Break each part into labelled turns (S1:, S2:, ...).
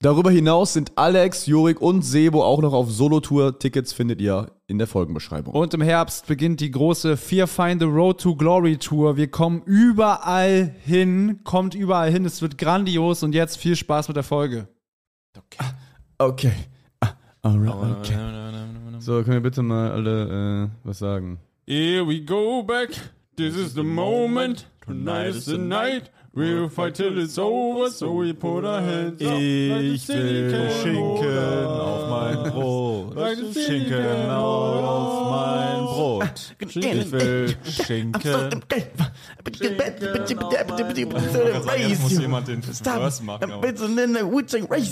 S1: Darüber hinaus sind Alex, Jurik und Sebo auch noch auf Solo-Tour. Tickets findet ihr in der Folgenbeschreibung.
S2: Und im Herbst beginnt die große Fear Find the Road to Glory Tour. Wir kommen überall hin, kommt überall hin. Es wird grandios und jetzt viel Spaß mit der Folge.
S1: Okay.
S3: Oh,
S1: Alright, okay. So, können wir bitte mal alle äh, was sagen?
S3: Here we go back. This is the moment. Tonight is the night. We'll fight till it's over, so we put our hands up.
S4: Ich will Schinken auf mein Brot. Schinken auf mein Brot. Ich will Schinken.
S3: Jetzt muss jemand den Verse machen. aber-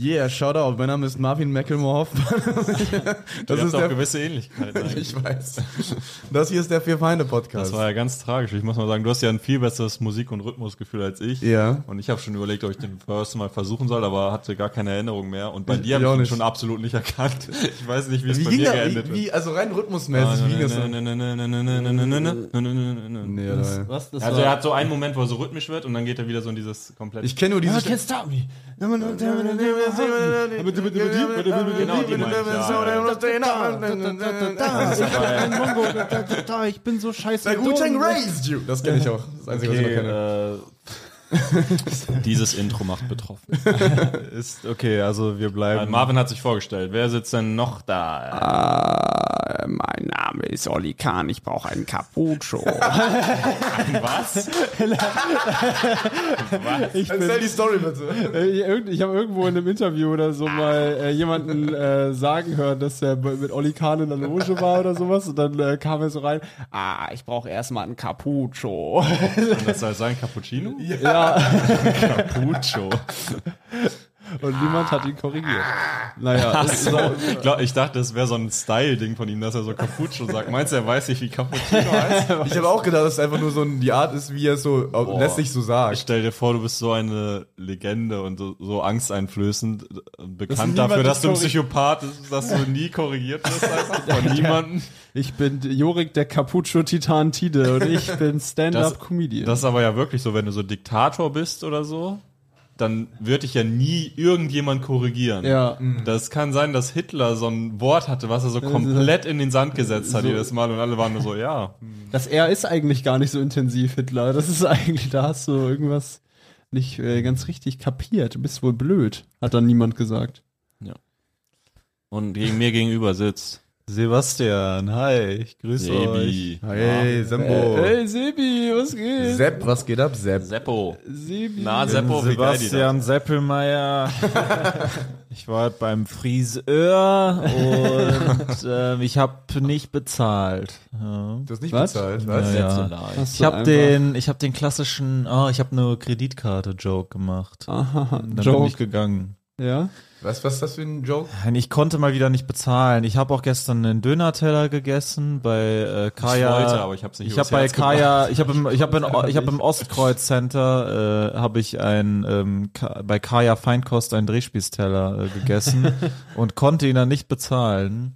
S1: Yeah, shout out. Mein Name ist Marvin Meckelmorf. das
S3: Ihr
S1: ist
S3: habt auch
S1: der.
S3: gewisse Ähnlichkeiten. eigentlich.
S1: Ich weiß. Das hier ist der Vier Feinde Podcast.
S3: Das war ja ganz tragisch. Ich muss mal sagen, du hast ja ein viel besseres Musik- und Rhythmusgefühl als ich.
S1: Ja.
S3: Und ich habe schon überlegt, ob ich den First mal versuchen soll, aber hatte gar keine Erinnerung mehr. Und bei
S1: Ich-
S3: dir
S1: ich auch
S3: habe ich ihn
S1: nicht.
S3: schon absolut nicht erkannt. Ich weiß nicht, wie es
S1: wie
S3: bei
S1: ging
S3: mir
S1: das?
S3: geendet Ah,
S1: Wie,
S3: ist.
S1: wie, also rein rhythmusmäßig wie ging das? denn?
S3: Also
S1: Nee, Alter.
S2: Was? Das
S3: er hat so einen Moment, wo er so rhythmisch wird und dann geht er wieder so in dieses komplett.
S1: Ich kenne nur diese. Stimme.
S2: stop me.
S3: genau die meine ich, ja.
S2: Ich bin so scheiße.
S1: Der Gutang raised you. Das kenne ich auch. Das ist das Einzige, was ich kenne.
S4: äh,
S3: Dieses Intro macht betroffen.
S4: Ist okay, also wir bleiben.
S3: Äh,
S4: Ah.
S3: Marvin hat sich vorgestellt. Wer sitzt denn noch da?
S5: Äh, mein Name ist Olli Kahn, ich brauche einen Cappuccio.
S3: Was?
S1: Erzähl die Story bitte.
S2: Ich, Äh, irgend- ich habe irgendwo in einem Interview oder so mal äh, jemanden äh, sagen hören, dass er bei- mit Olli Kahn in der Loge war oder sowas. Und dann äh, kam er so rein.
S5: ah, ich brauche erstmal einen Cappuccio.
S3: Das soll sein Cappuccino? Ja. Cappuccio.
S2: Und niemand hat ihn korrigiert. Naja, es ist auch,
S3: Ich, glaub, ich dachte, das wäre so ein Style-Ding von ihm, dass er so Cappuccio sagt. Meinst du, er weiß nicht, wie Cappuccino heißt?
S1: Ich habe auch gedacht, dass es einfach nur so ein- die Art ist, wie er es so äh, lässig so sagt.
S3: Stell dir vor, du bist so eine Legende und so, so angsteinflößend äh, bekannt dafür,
S2: niemand
S3: dass du ein
S2: dich korrig-
S3: Psychopath bist, dass du nie korrigiert wirst einfach von niemandem.
S2: ich bin Jorik der Capuccio-Titan Tide und ich bin Stand-Up-Comedian.
S3: Das ist aber ja wirklich so, wenn du so Diktator bist oder so, dann wird dich ja nie irgendjemand korrigieren.
S2: Ja.
S3: Das kann sein, dass Hitler so ein Wort hatte, was er so
S1: halt
S3: komplett in den Sand gesetzt hat jedes Mal und alle waren nur so, ja.
S2: Das R ist eigentlich gar nicht so intensiv, Hitler. Das ist eigentlich, da hast du irgendwas nicht äh, ganz richtig kapiert. Du bist wohl blöd, hat dann niemand gesagt.
S6: Und gegen mir gegenüber sitzt.
S4: Sebastian, hi, ich grüße euch.
S6: Sebi.
S1: Hey, Sembo.
S2: Sebi, was geht?
S1: Sepp, was geht ab, Sepp?
S6: Seppo.
S2: Sebi.
S6: Na, Seppo, wie geil die da.
S4: Äh, Sebastian Seppelmeier. Ich war heute beim Friseur und ähm, ich habe nicht bezahlt. Ja.
S1: Du hast nicht
S2: Was?
S1: bezahlt, was?
S4: Ja, ja.
S6: Nein.
S4: Ich habe den, ich hab den klassischen, ah, ich habe eine Kreditkarte-Joke gemacht.
S2: Aha,
S4: Dann bin ich
S2: Joke.
S4: gegangen.
S2: Ja.
S1: Was, was ist das für ein Joke?
S4: Nein, Ich konnte mal wieder nicht bezahlen. Ich habe auch gestern einen Döner-Teller gegessen bei äh, Kaya.
S3: Ich wollte, aber ich hab's nicht
S4: Ich habe
S3: übers
S4: bei
S3: Herz
S4: Kaya, ich habe im, ich habe in, ich habe im Ostkreuz Center äh, habe ich ein ähm, Ka bei Kaya Feinkost einen Drehspießteller äh, gegessen und konnte ihn dann nicht bezahlen.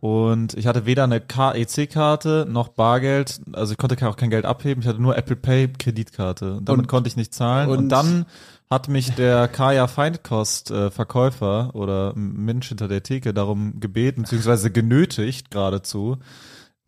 S4: Und ich hatte weder eine KEC-Karte noch Bargeld, also ich konnte ke- auch kein Geld abheben. Ich hatte nur Apple Pay Kreditkarte. Und damit
S2: Und-
S4: konnte ich nicht zahlen. Und,
S2: und-
S4: dann hat mich der Kaya Feinkost äh, Verkäufer oder ein Mensch hinter der Theke darum gebeten, beziehungsweise genötigt geradezu,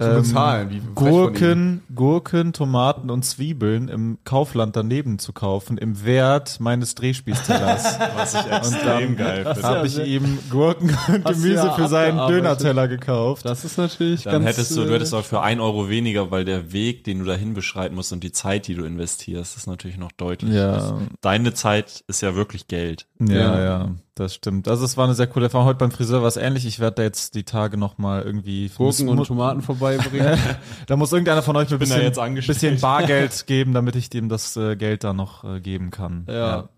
S4: ähm,
S1: Zu bezahlen. Wie frech von ihm.
S4: Gurken, Gurken, Tomaten und Zwiebeln im Kaufland daneben zu kaufen, im Wert meines Drehspießtellers.
S3: was ich extrem geil finde.
S4: Habe ich ihm Gurken und
S2: Hast du
S4: Gemüse
S2: ja
S4: für seinen
S2: abgearbeitet.
S4: Dönerteller gekauft.
S2: Das ist natürlich
S6: Dann
S2: ganz.
S6: hättest du,
S2: äh,
S6: du hättest auch für 1 Euro weniger, weil der Weg, den du dahin beschreiten musst und die Zeit, die du investierst, ist natürlich noch deutlich.
S4: Ja.
S6: Deine Zeit ist ja wirklich Geld.
S4: Ja, ja,
S2: Ja.
S4: das stimmt. Also es war eine sehr coole Erfahrung. Heute beim Friseur war es ähnlich. Ich werde da jetzt die Tage nochmal irgendwie...
S2: Gurken
S4: muss-
S2: und Tomaten vorbeibringen.
S4: Da muss irgendeiner von euch mir ein
S3: bin da
S4: bisschen,
S3: jetzt angestellt.
S4: bisschen Bargeld geben, damit ich dem das äh, Geld da noch äh, geben kann.
S2: ja.
S3: Ach,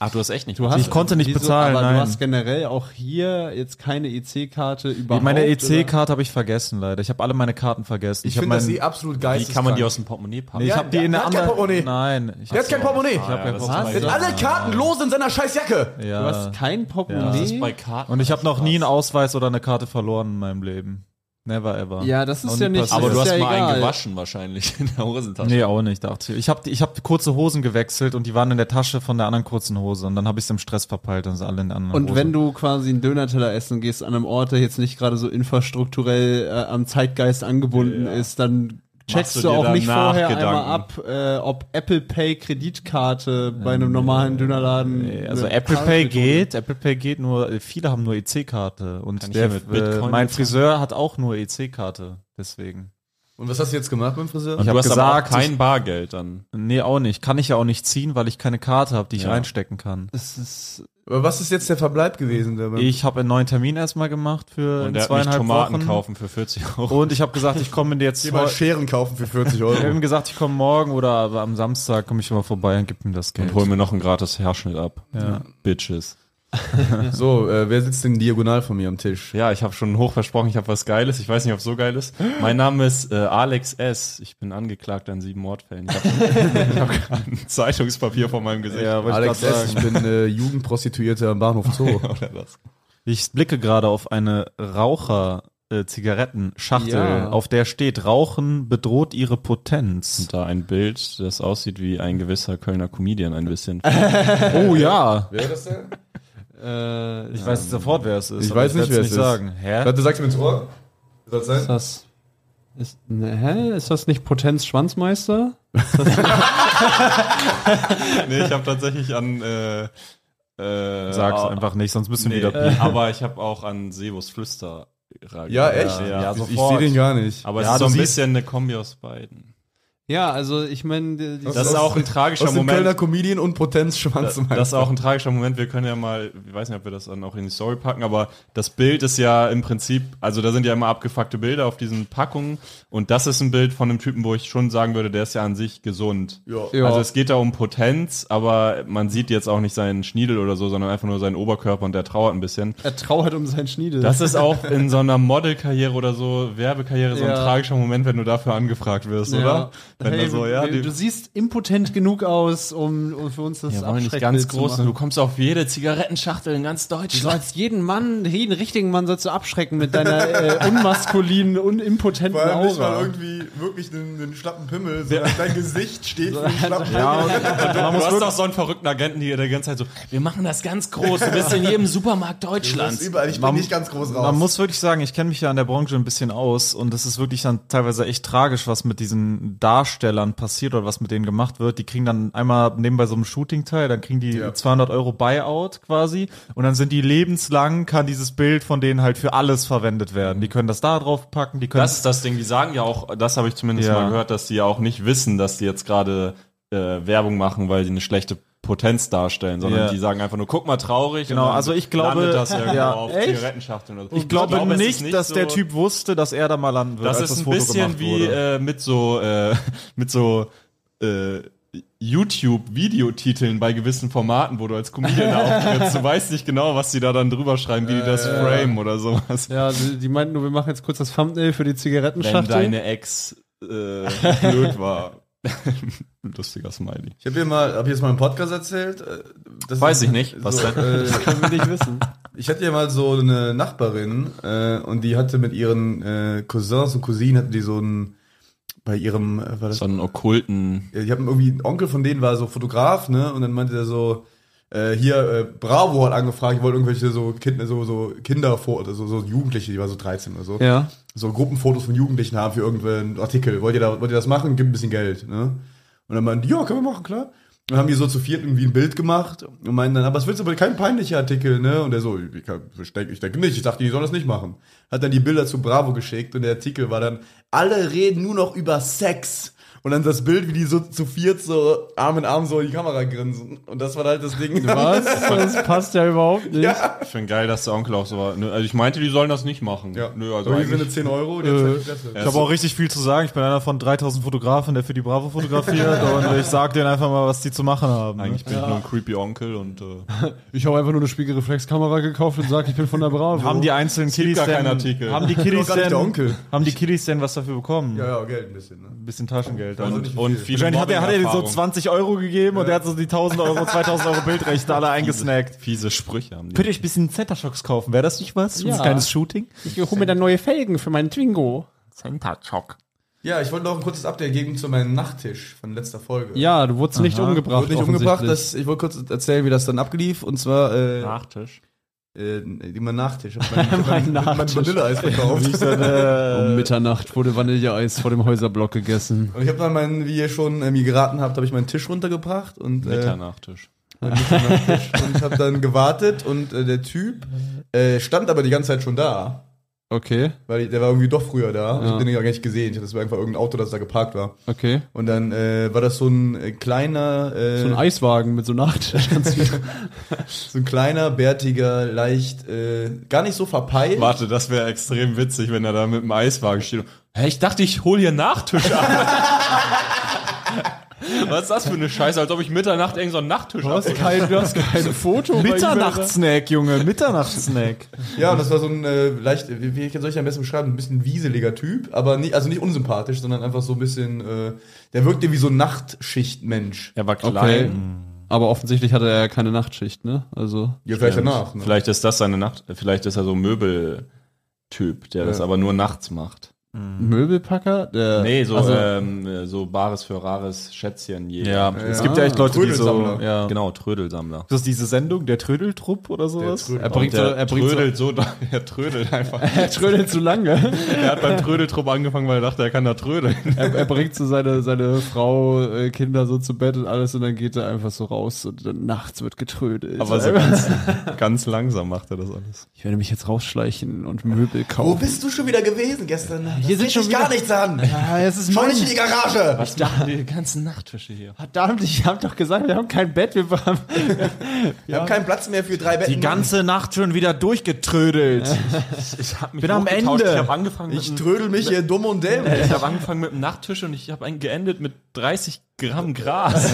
S3: Ah, du hast echt nicht.
S4: Ich konnte nicht bezahlen,
S2: aber
S4: nein.
S2: du hast generell auch hier jetzt keine EC-Karte überhaupt.
S4: Meine E
S2: oder?
S4: EC-Karte habe ich vergessen, leider. Ich habe alle meine Karten vergessen.
S5: Ich
S4: hab
S5: finde das
S4: meinen-
S5: eh absolut
S3: Wie
S5: geil.
S3: kann man die aus dem Portemonnaie packen? Ah,
S4: Ich
S5: Ja,
S4: habe die
S5: der-
S4: in
S5: der
S4: der
S5: hat kein
S4: anderen.
S5: Portemonnaie.
S4: Nein, ich
S5: Der hat kein Portemonnaie.
S4: Ich habe kein Portemonnaie.
S5: Sind alle Karten los in seiner scheiß Jacke.
S4: Ja.
S2: Du hast kein
S3: Das ist
S2: Portemonnaie.
S3: bei Karten.
S4: Und ich habe noch nie einen Ausweis oder eine Karte verloren in meinem Leben. Never ever.
S2: Ja, das ist
S4: Auch
S2: ja
S4: nie
S2: nicht-
S4: passiert.
S3: aber
S2: ist
S3: du hast
S2: ja
S3: mal
S2: egal.
S3: einen gewaschen wahrscheinlich in der Hosentasche.
S4: Nee, auch nicht, dachte ich. Ich habe ich hab kurze Hosen gewechselt und die waren in der Tasche von der anderen kurzen Hose. Und dann habe ich es im Stress verpeilt, dann sind alle in der anderen
S2: Und
S4: Hose.
S2: wenn du quasi einen Dönerteller essen gehst an einem Ort, der jetzt nicht gerade so infrastrukturell äh, am Zeitgeist angebunden ist, dann checkst
S3: Machst du
S2: du,
S3: dir
S2: auch
S3: dann
S2: nicht vorher einmal ab,
S3: Nachgedanken?
S2: äh, ob Apple Pay Kreditkarte bei einem normalen Dönerladen.
S4: Nee, Also
S2: eine
S4: Apple
S2: Karte
S4: Pay
S2: tut.
S4: geht, Apple Pay geht nur, äh, viele haben nur EC-Karte.
S3: Kann
S4: Und
S3: ich
S4: der,
S3: hier mit
S4: äh,
S3: Bitcoin
S4: mein
S3: bezahlen?
S4: Friseur hat auch nur EC-Karte. Deswegen.
S5: Und was hast du jetzt gemacht mit dem Friseur?
S3: Und
S4: hab
S3: du hast aber
S4: gesagt,
S3: auch kein Bargeld dann.
S4: Nee, auch nicht. Kann ich ja auch nicht ziehen, weil ich keine Karte habe, die ich
S3: Ja.
S4: reinstecken kann.
S2: Das ist,
S5: Aber was ist jetzt der Verbleib gewesen? Der
S4: Ich habe einen neuen Termin erstmal gemacht für
S3: Und
S4: in
S3: der hat mich
S4: zweieinhalb
S3: Tomaten
S4: Wochen.
S3: kaufen für 40 Euro.
S4: Und ich habe gesagt, ich komme jetzt.
S5: Geh mal
S4: heu-
S5: Scheren kaufen für 40
S4: Ich habe
S5: Euro.
S4: ihm gesagt, ich komme morgen oder aber am Samstag komme ich mal vorbei und gib ihm das Geld.
S3: Und hol mir noch einen gratis Haarschnitt ab. Bitches.
S5: so, äh, wer sitzt denn diagonal von mir am Tisch?
S3: Ja, ich habe schon hoch versprochen, ich habe was Geiles. Ich weiß nicht, ob es so geil ist. Mein Name ist äh, Alex S. Ich bin angeklagt an sieben Mordfällen. Ich habe hab grad ein Zeitungspapier vor meinem Gesicht.
S4: Ja, wollte
S5: Alex
S4: ich grad
S5: S., ich
S4: sagen.
S5: bin äh, Jugendprostituierter am Bahnhof Zoo.
S3: Oder was?
S4: Ich blicke gerade auf eine Raucher-Zigarettenschachtel,
S2: Ja.
S4: auf der steht, Rauchen bedroht ihre Potenz.
S3: Und da ein Bild, das aussieht wie ein gewisser Kölner Comedian ein bisschen.
S4: Oh ja.
S5: wer das denn?
S2: äh,
S4: Ich weiß sofort, wer es ist.
S5: Ich
S4: aber
S5: weiß nicht,
S4: werd's
S5: wer es ist.
S4: sagen. Hä?
S5: Warte, sagst du mir ins Ohr? Soll
S2: ist
S5: das sein?
S2: das. Ist, ne, hä? ist das nicht Potenz Schwanzmeister?
S3: nee, ich habe tatsächlich an. Äh, äh,
S4: Sag's
S3: au-
S4: einfach nicht, sonst müssen wir
S3: Nee,
S4: wieder
S3: äh, aber ich habe auch an Sebus Flüster.
S5: Ja, echt?
S3: Ja, ja
S5: ich ich
S3: sofort.
S5: sehe den gar nicht.
S3: aber es
S4: Ja,
S3: ist so
S4: du
S3: ein
S4: siehst-
S3: bisschen eine Kombi aus beiden.
S2: Ja, also ich meine,
S5: Das
S3: Das
S5: ist
S3: ist auch ein tragischer
S5: Aus dem
S3: Moment.
S5: Kölner Comedian und Potenz Schwanz.
S3: Das ist auch ein tragischer Moment. Wir können ja mal, ich weiß nicht, ob wir das dann auch in die Story packen, aber das Bild ist ja im Prinzip, also da sind ja immer abgefuckte Bilder auf diesen Packungen und das ist ein Bild von einem Typen, wo ich schon sagen würde, der ist ja an sich gesund.
S5: Ja.
S3: Also es geht da um Potenz, aber man sieht jetzt auch nicht seinen Schniedel oder so, sondern einfach nur seinen Oberkörper und der trauert ein bisschen.
S2: er trauert um seinen Schniedel.
S3: Das ist auch in so einer Modelkarriere oder so, Werbekarriere, so ein
S2: Ja.
S3: tragischer Moment, wenn du dafür angefragt wirst, oder? Wenn
S2: hey,
S3: da so, ja,
S2: du,
S3: die-
S2: du siehst impotent genug aus, um, um für uns das
S3: Ja, wollen wir nicht
S2: Abschreckbild
S3: ganz
S2: zu
S3: groß.
S2: machen.
S3: Du kommst auf jede Zigarettenschachtel in ganz
S2: Du
S3: Deutschland.
S2: sollst jeden Mann, jeden richtigen Mann sollst du abschrecken mit deiner äh, unmaskulinen, unimpotenten
S5: Vor allem nicht mal
S2: Aura.
S5: irgendwie wirklich einen, einen schlappen Pimmel, sondern dein Gesicht steht für einen schlappen Pimmel.
S4: Äh,
S3: du hast doch so einen verrückten Agenten, die der ganze Zeit so, wir machen das ganz groß, du bist in jedem Supermarkt
S5: Das ist
S3: Deutschlands.
S5: überall, ich bin
S4: Man-
S5: nicht ganz groß raus.
S4: Man muss wirklich sagen, ich kenne mich ja in der Branche ein bisschen aus und es ist wirklich dann teilweise echt tragisch, was mit diesen Darstellern passiert oder was mit denen gemacht wird. Die kriegen dann einmal nebenbei so einem Shooting teil, dann kriegen die
S5: Ja.
S4: 200 Euro Buyout quasi und dann sind die lebenslang, kann dieses Bild von denen halt für alles verwendet werden. Die können das da drauf packen, die können
S3: Das ist das Ding, die sagen ja auch, das habe ich zumindest
S4: Ja.
S3: mal gehört, dass die ja auch nicht wissen, dass die jetzt gerade äh, Werbung machen, weil die eine schlechte Potenz darstellen, sondern
S4: Ja.
S3: die sagen einfach nur, guck mal traurig.
S4: Genau, also ich glaube-
S3: landet das irgendwo
S4: Ja.
S3: auf
S2: Echt?
S3: Zigarettenschachteln oder so.
S4: ich glaube
S3: es ist
S4: nicht, dass der
S3: so-
S4: Typ wusste, dass er da mal landen wird.
S3: Das
S4: als
S3: ist ein
S4: Foto
S3: bisschen
S4: gemacht
S3: wie
S4: wurde.
S3: äh, mit so äh, mit so äh, YouTube-Videotiteln bei gewissen Formaten, wo du als Comedian auftrittst. Du weißt nicht genau, was die da dann drüber schreiben, wie die das
S4: Äh.
S3: frame oder sowas.
S2: Ja, die, die meinten nur, wir machen jetzt kurz das Thumbnail für die
S3: Wenn
S2: Zigarettenschachtel.
S3: deine Ex äh, blöd war. Lustiger Smiley.
S5: Ich habe hier mal, hab ich jetzt mal im Podcast erzählt. äh, das
S3: Weiß
S5: ist-
S3: ich nicht, was
S5: so, äh,
S2: Können wir nicht wissen.
S5: ich hatte ja mal so eine Nachbarin äh, und die hatte mit ihren äh, Cousins und Cousinen hatten die so einen bei ihrem äh, war das
S3: So einen okkulten.
S5: ich habe irgendwie einen Onkel von denen war so Fotograf, ne? Und dann meinte er so, äh, hier äh, Bravo hat angefragt, ich wollte irgendwelche so Kinder, so so Kinderfotos, so, so Jugendliche, die war so 13 oder so,
S2: Ja.
S5: so Gruppenfotos von Jugendlichen haben für irgendeinen Artikel. Wollt ihr da, wollt ihr das machen? Gib ein bisschen Geld, ne? Und dann meinten, die, ja, können wir machen, klar. Und dann haben die so zu viert irgendwie ein Bild gemacht und meinten dann, aber es wird aber kein peinlicher Artikel, ne? Und der so, ich, kann- ich, denke, ich denke nicht, ich dachte, die sollen das nicht machen. Hat dann die Bilder zu Bravo geschickt und der Artikel war dann, alle reden nur noch über Sex. Und dann das Bild, wie die so zu viert so Arm in Arm so in die Kamera grinsen. Und das war halt das Ding.
S2: Was? Das passt ja überhaupt nicht.
S3: Ich finde geil, dass der Onkel auch so war. Nö, Also ich meinte, die sollen das nicht machen.
S5: Ja.
S3: Nö, also
S5: Aber hier
S3: eigentlich-
S5: sind jetzt 10 Euro, die haben es halt gerettet.
S3: also
S4: Ich habe auch richtig viel zu sagen. Ich bin einer von 3000 Fotografen, der für die Bravo fotografiert. und ich sag denen einfach mal, was die zu machen haben. ne?
S3: Eigentlich bin ich nur ein creepy Onkel und äh,
S2: Ich habe einfach nur eine Spiegelreflexkamera gekauft und sage, ich bin von der Bravo.
S4: Haben die einzelnen Kiddies
S3: gar
S4: denn,
S3: keinen Artikel.
S4: haben die
S5: Ich bin
S4: Kiddies
S5: doch gar nicht der
S4: denn,
S5: Onkel.
S4: haben die Kiddies denn was dafür bekommen?
S5: Ja, ja, Geld ein bisschen. Ne?
S4: Ein bisschen Taschengeld. Also
S3: und, und viele
S4: Wahrscheinlich hat er, hat er denen so
S3: Mobbing-Erfahrungen.
S4: 20 Euro gegeben und er hat so die 1000 Euro, 2000 Euro Bildrechte alle eingesnackt.
S3: fiese Sprüche haben die.
S4: Könnt ihr euch ein bisschen Centershocks kaufen? Wäre das nicht was?
S7: Ja.
S4: Ein kleines Shooting?
S7: Ich hole mir dann neue Felgen für meinen Twingo.
S5: Ja, ich wollte noch ein kurzes Update geben zu meinem Nachttisch von letzter Folge.
S2: ja, du wurdest nicht umgebracht.
S5: Wurde nicht umgebracht,
S2: offensichtlich.
S5: das, ich wollte kurz erzählen, wie das dann ablief. Und zwar, äh,
S4: Nachtisch.
S5: äh, mein Nachtisch. Ich hab mein, mein, mein, mein
S2: Nachtisch.
S5: Vanilleeis verkauft. äh,
S2: um Mitternacht wurde Vanilleeis vor dem Häuserblock gegessen.
S5: Und ich habe dann meinen, wie ihr schon äh, mir geraten habt, habe ich meinen Tisch runtergebracht und äh,
S3: Mitternachtisch.
S5: und habe dann gewartet und äh, der Typ äh, stand aber die ganze Zeit schon da,
S2: Okay,
S5: weil ich, der war irgendwie doch früher da. Ich
S2: Ja.
S5: hab den ja gar nicht gesehen. Ich hatte das war einfach irgendein Auto, das da geparkt war.
S2: okay.
S5: Und dann äh, war das so ein äh, kleiner, äh,
S2: So ein Eiswagen mit so Nachtisch. Ganz viel.
S5: so ein kleiner, bärtiger, leicht, äh, gar nicht so verpeilt.
S3: Warte, das wäre extrem witzig, wenn er da mit dem Eiswagen steht. und, Hä, ich dachte, ich hole hier Nachtisch ab. Was ist das für eine Scheiße, als ob ich Mitternacht irgend so einen Nachtisch habe?
S2: kein, du hast kein Foto.
S4: Mitternachtssnack, Junge, Mitternachtssnack.
S5: Ja, und das war so ein äh, leicht, wie, wie soll ich den am besten beschreiben, ein bisschen wieseliger Typ, aber nicht, also nicht unsympathisch, sondern einfach so ein bisschen, äh, der wirkte wie so ein Nachtschichtmensch.
S3: Er war
S2: Okay. Aber offensichtlich hatte er ja keine Nachtschicht, ne? Also.
S5: Ja, vielleicht danach. Ne?
S3: Vielleicht ist das seine Nacht, vielleicht ist er so ein Möbeltyp, der das aber nur nachts macht.
S2: Möbelpacker? Der
S3: Nee, so,
S2: also-
S3: ähm, äh, so Bares für Rares Schätzchen je.
S4: es gibt ja echt Leute, die so.
S5: Trödelsammler.
S4: Ja.
S3: Genau, Trödelsammler.
S4: Ist das diese Sendung, der Trödeltrupp oder sowas?
S5: Trödel-
S2: Er bringt so, er bringt so,
S3: trödelt so, er trödelt einfach.
S2: er trödelt zu lange.
S3: er hat beim Trödeltrupp angefangen, weil er dachte, er kann da trödeln.
S2: er, er bringt so seine, seine Frau, äh, Kinder so zu Bett und alles und dann geht er einfach so raus und dann nachts wird getrödelt.
S3: Aber so ganz, ganz langsam macht er das alles.
S2: ich werde mich jetzt rausschleichen und Möbel
S5: Wo
S2: kaufen.
S5: bist du schon wieder gewesen gestern? Hier
S2: sind schon
S5: dich gar
S2: wieder-
S5: nichts an.
S2: Ah, es ist
S5: Schau nicht in die Garage.
S3: Was da? Die ganzen Nachttische hier.
S2: Verdammt, ich habe doch gesagt, wir haben kein Bett, wir haben
S5: Wir haben keinen Platz mehr für drei Betten.
S4: Die ganze Nacht schon wieder durchgetrödelt.
S3: Ich hab mich
S4: Bin am
S3: hochgetauscht.
S4: Ende.
S3: Ich habe angefangen, mit
S5: ich
S3: einem-
S5: trödel mich hier dumm und dämlich.
S3: ich hab angefangen mit dem Nachttisch und ich habe geendet mit 30 Gramm Gras.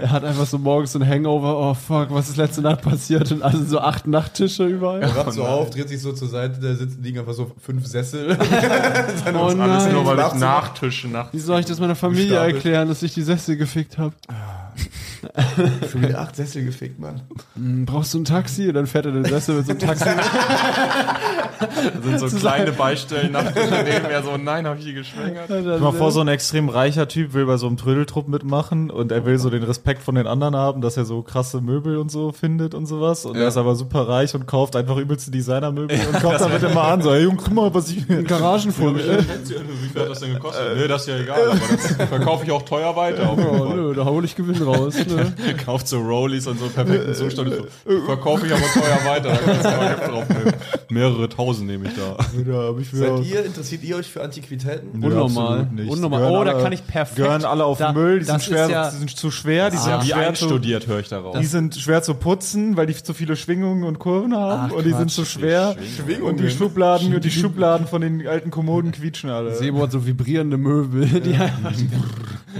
S2: Er hat einfach so morgens so ein Hangover, oh fuck, was ist letzte Nacht passiert? Und also so acht Nachttische überall.
S5: Er wacht so auf, dreht sich so zur Seite, da sitzen, liegen einfach so fünf Sessel.
S2: Oh
S3: Alles nur,
S2: nein.
S3: weil ich
S5: Schlafzimmer.
S3: Nachtisch nach.
S2: Wie soll ich das meiner Familie
S5: Gestapelt.
S2: erklären, dass ich die Sessel gefickt habe?
S5: Schon wieder acht Sessel gefickt, Mann.
S2: Brauchst du ein Taxi? Und dann fährt er den Sessel mit so einem Taxi.
S3: Da sind so kleine Beistellen Nachttische neben mir so, nein, habe ich die geschwängert.
S4: Stell dir mal vor, so ein extrem reicher Typ will bei so einem Trödeltrupp mitmachen und er will so den Respekt von den anderen haben, dass er so krasse Möbel und so findet und sowas. Und er ist aber super reich und kauft einfach übelste Designermöbel und kommt damit immer an, so, hey Junge, guck mal, was ich hier.
S2: Garagenfunk.
S3: Wie viel hat das denn gekostet? Äh, Nö, das ist ja egal, aber das verkaufe ich auch teuer weiter. Auf jeden
S2: Oh,
S3: Fall.
S2: nö, da hole ich Gewinn raus. Nö.
S3: Er kauft so Rollies und so einen perfekten Zustand. und So, verkaufe ich aber teuer weiter. Da kannst du mal Gift draufnehmen. Mehrere tausend nehme ich da.
S5: Seid ihr, interessiert ihr euch für Antiquitäten?
S2: Unnormal.
S4: absolut nicht.
S2: Unnormal.
S4: Gehören
S2: oh, da
S4: alle-
S2: kann ich perfekt.
S4: Gehören alle auf
S2: Da-
S4: den Müll, die sind,
S2: das ist
S4: schwer,
S2: ja-
S4: die sind zu schwer, die sind
S3: Ah, Wie
S4: schwer zu,
S3: einstudiert, höre ich darauf.
S4: die sind schwer zu putzen, weil die zu viele Schwingungen und Kurven haben
S2: Ach,
S4: und die sind
S2: Quatsch.
S4: zu schwer.
S5: Schwingungen.
S4: Und die Schubladen und die Schubladen von den alten Kommoden quietschen alle.
S2: Sebo hat so vibrierende Möbel, die,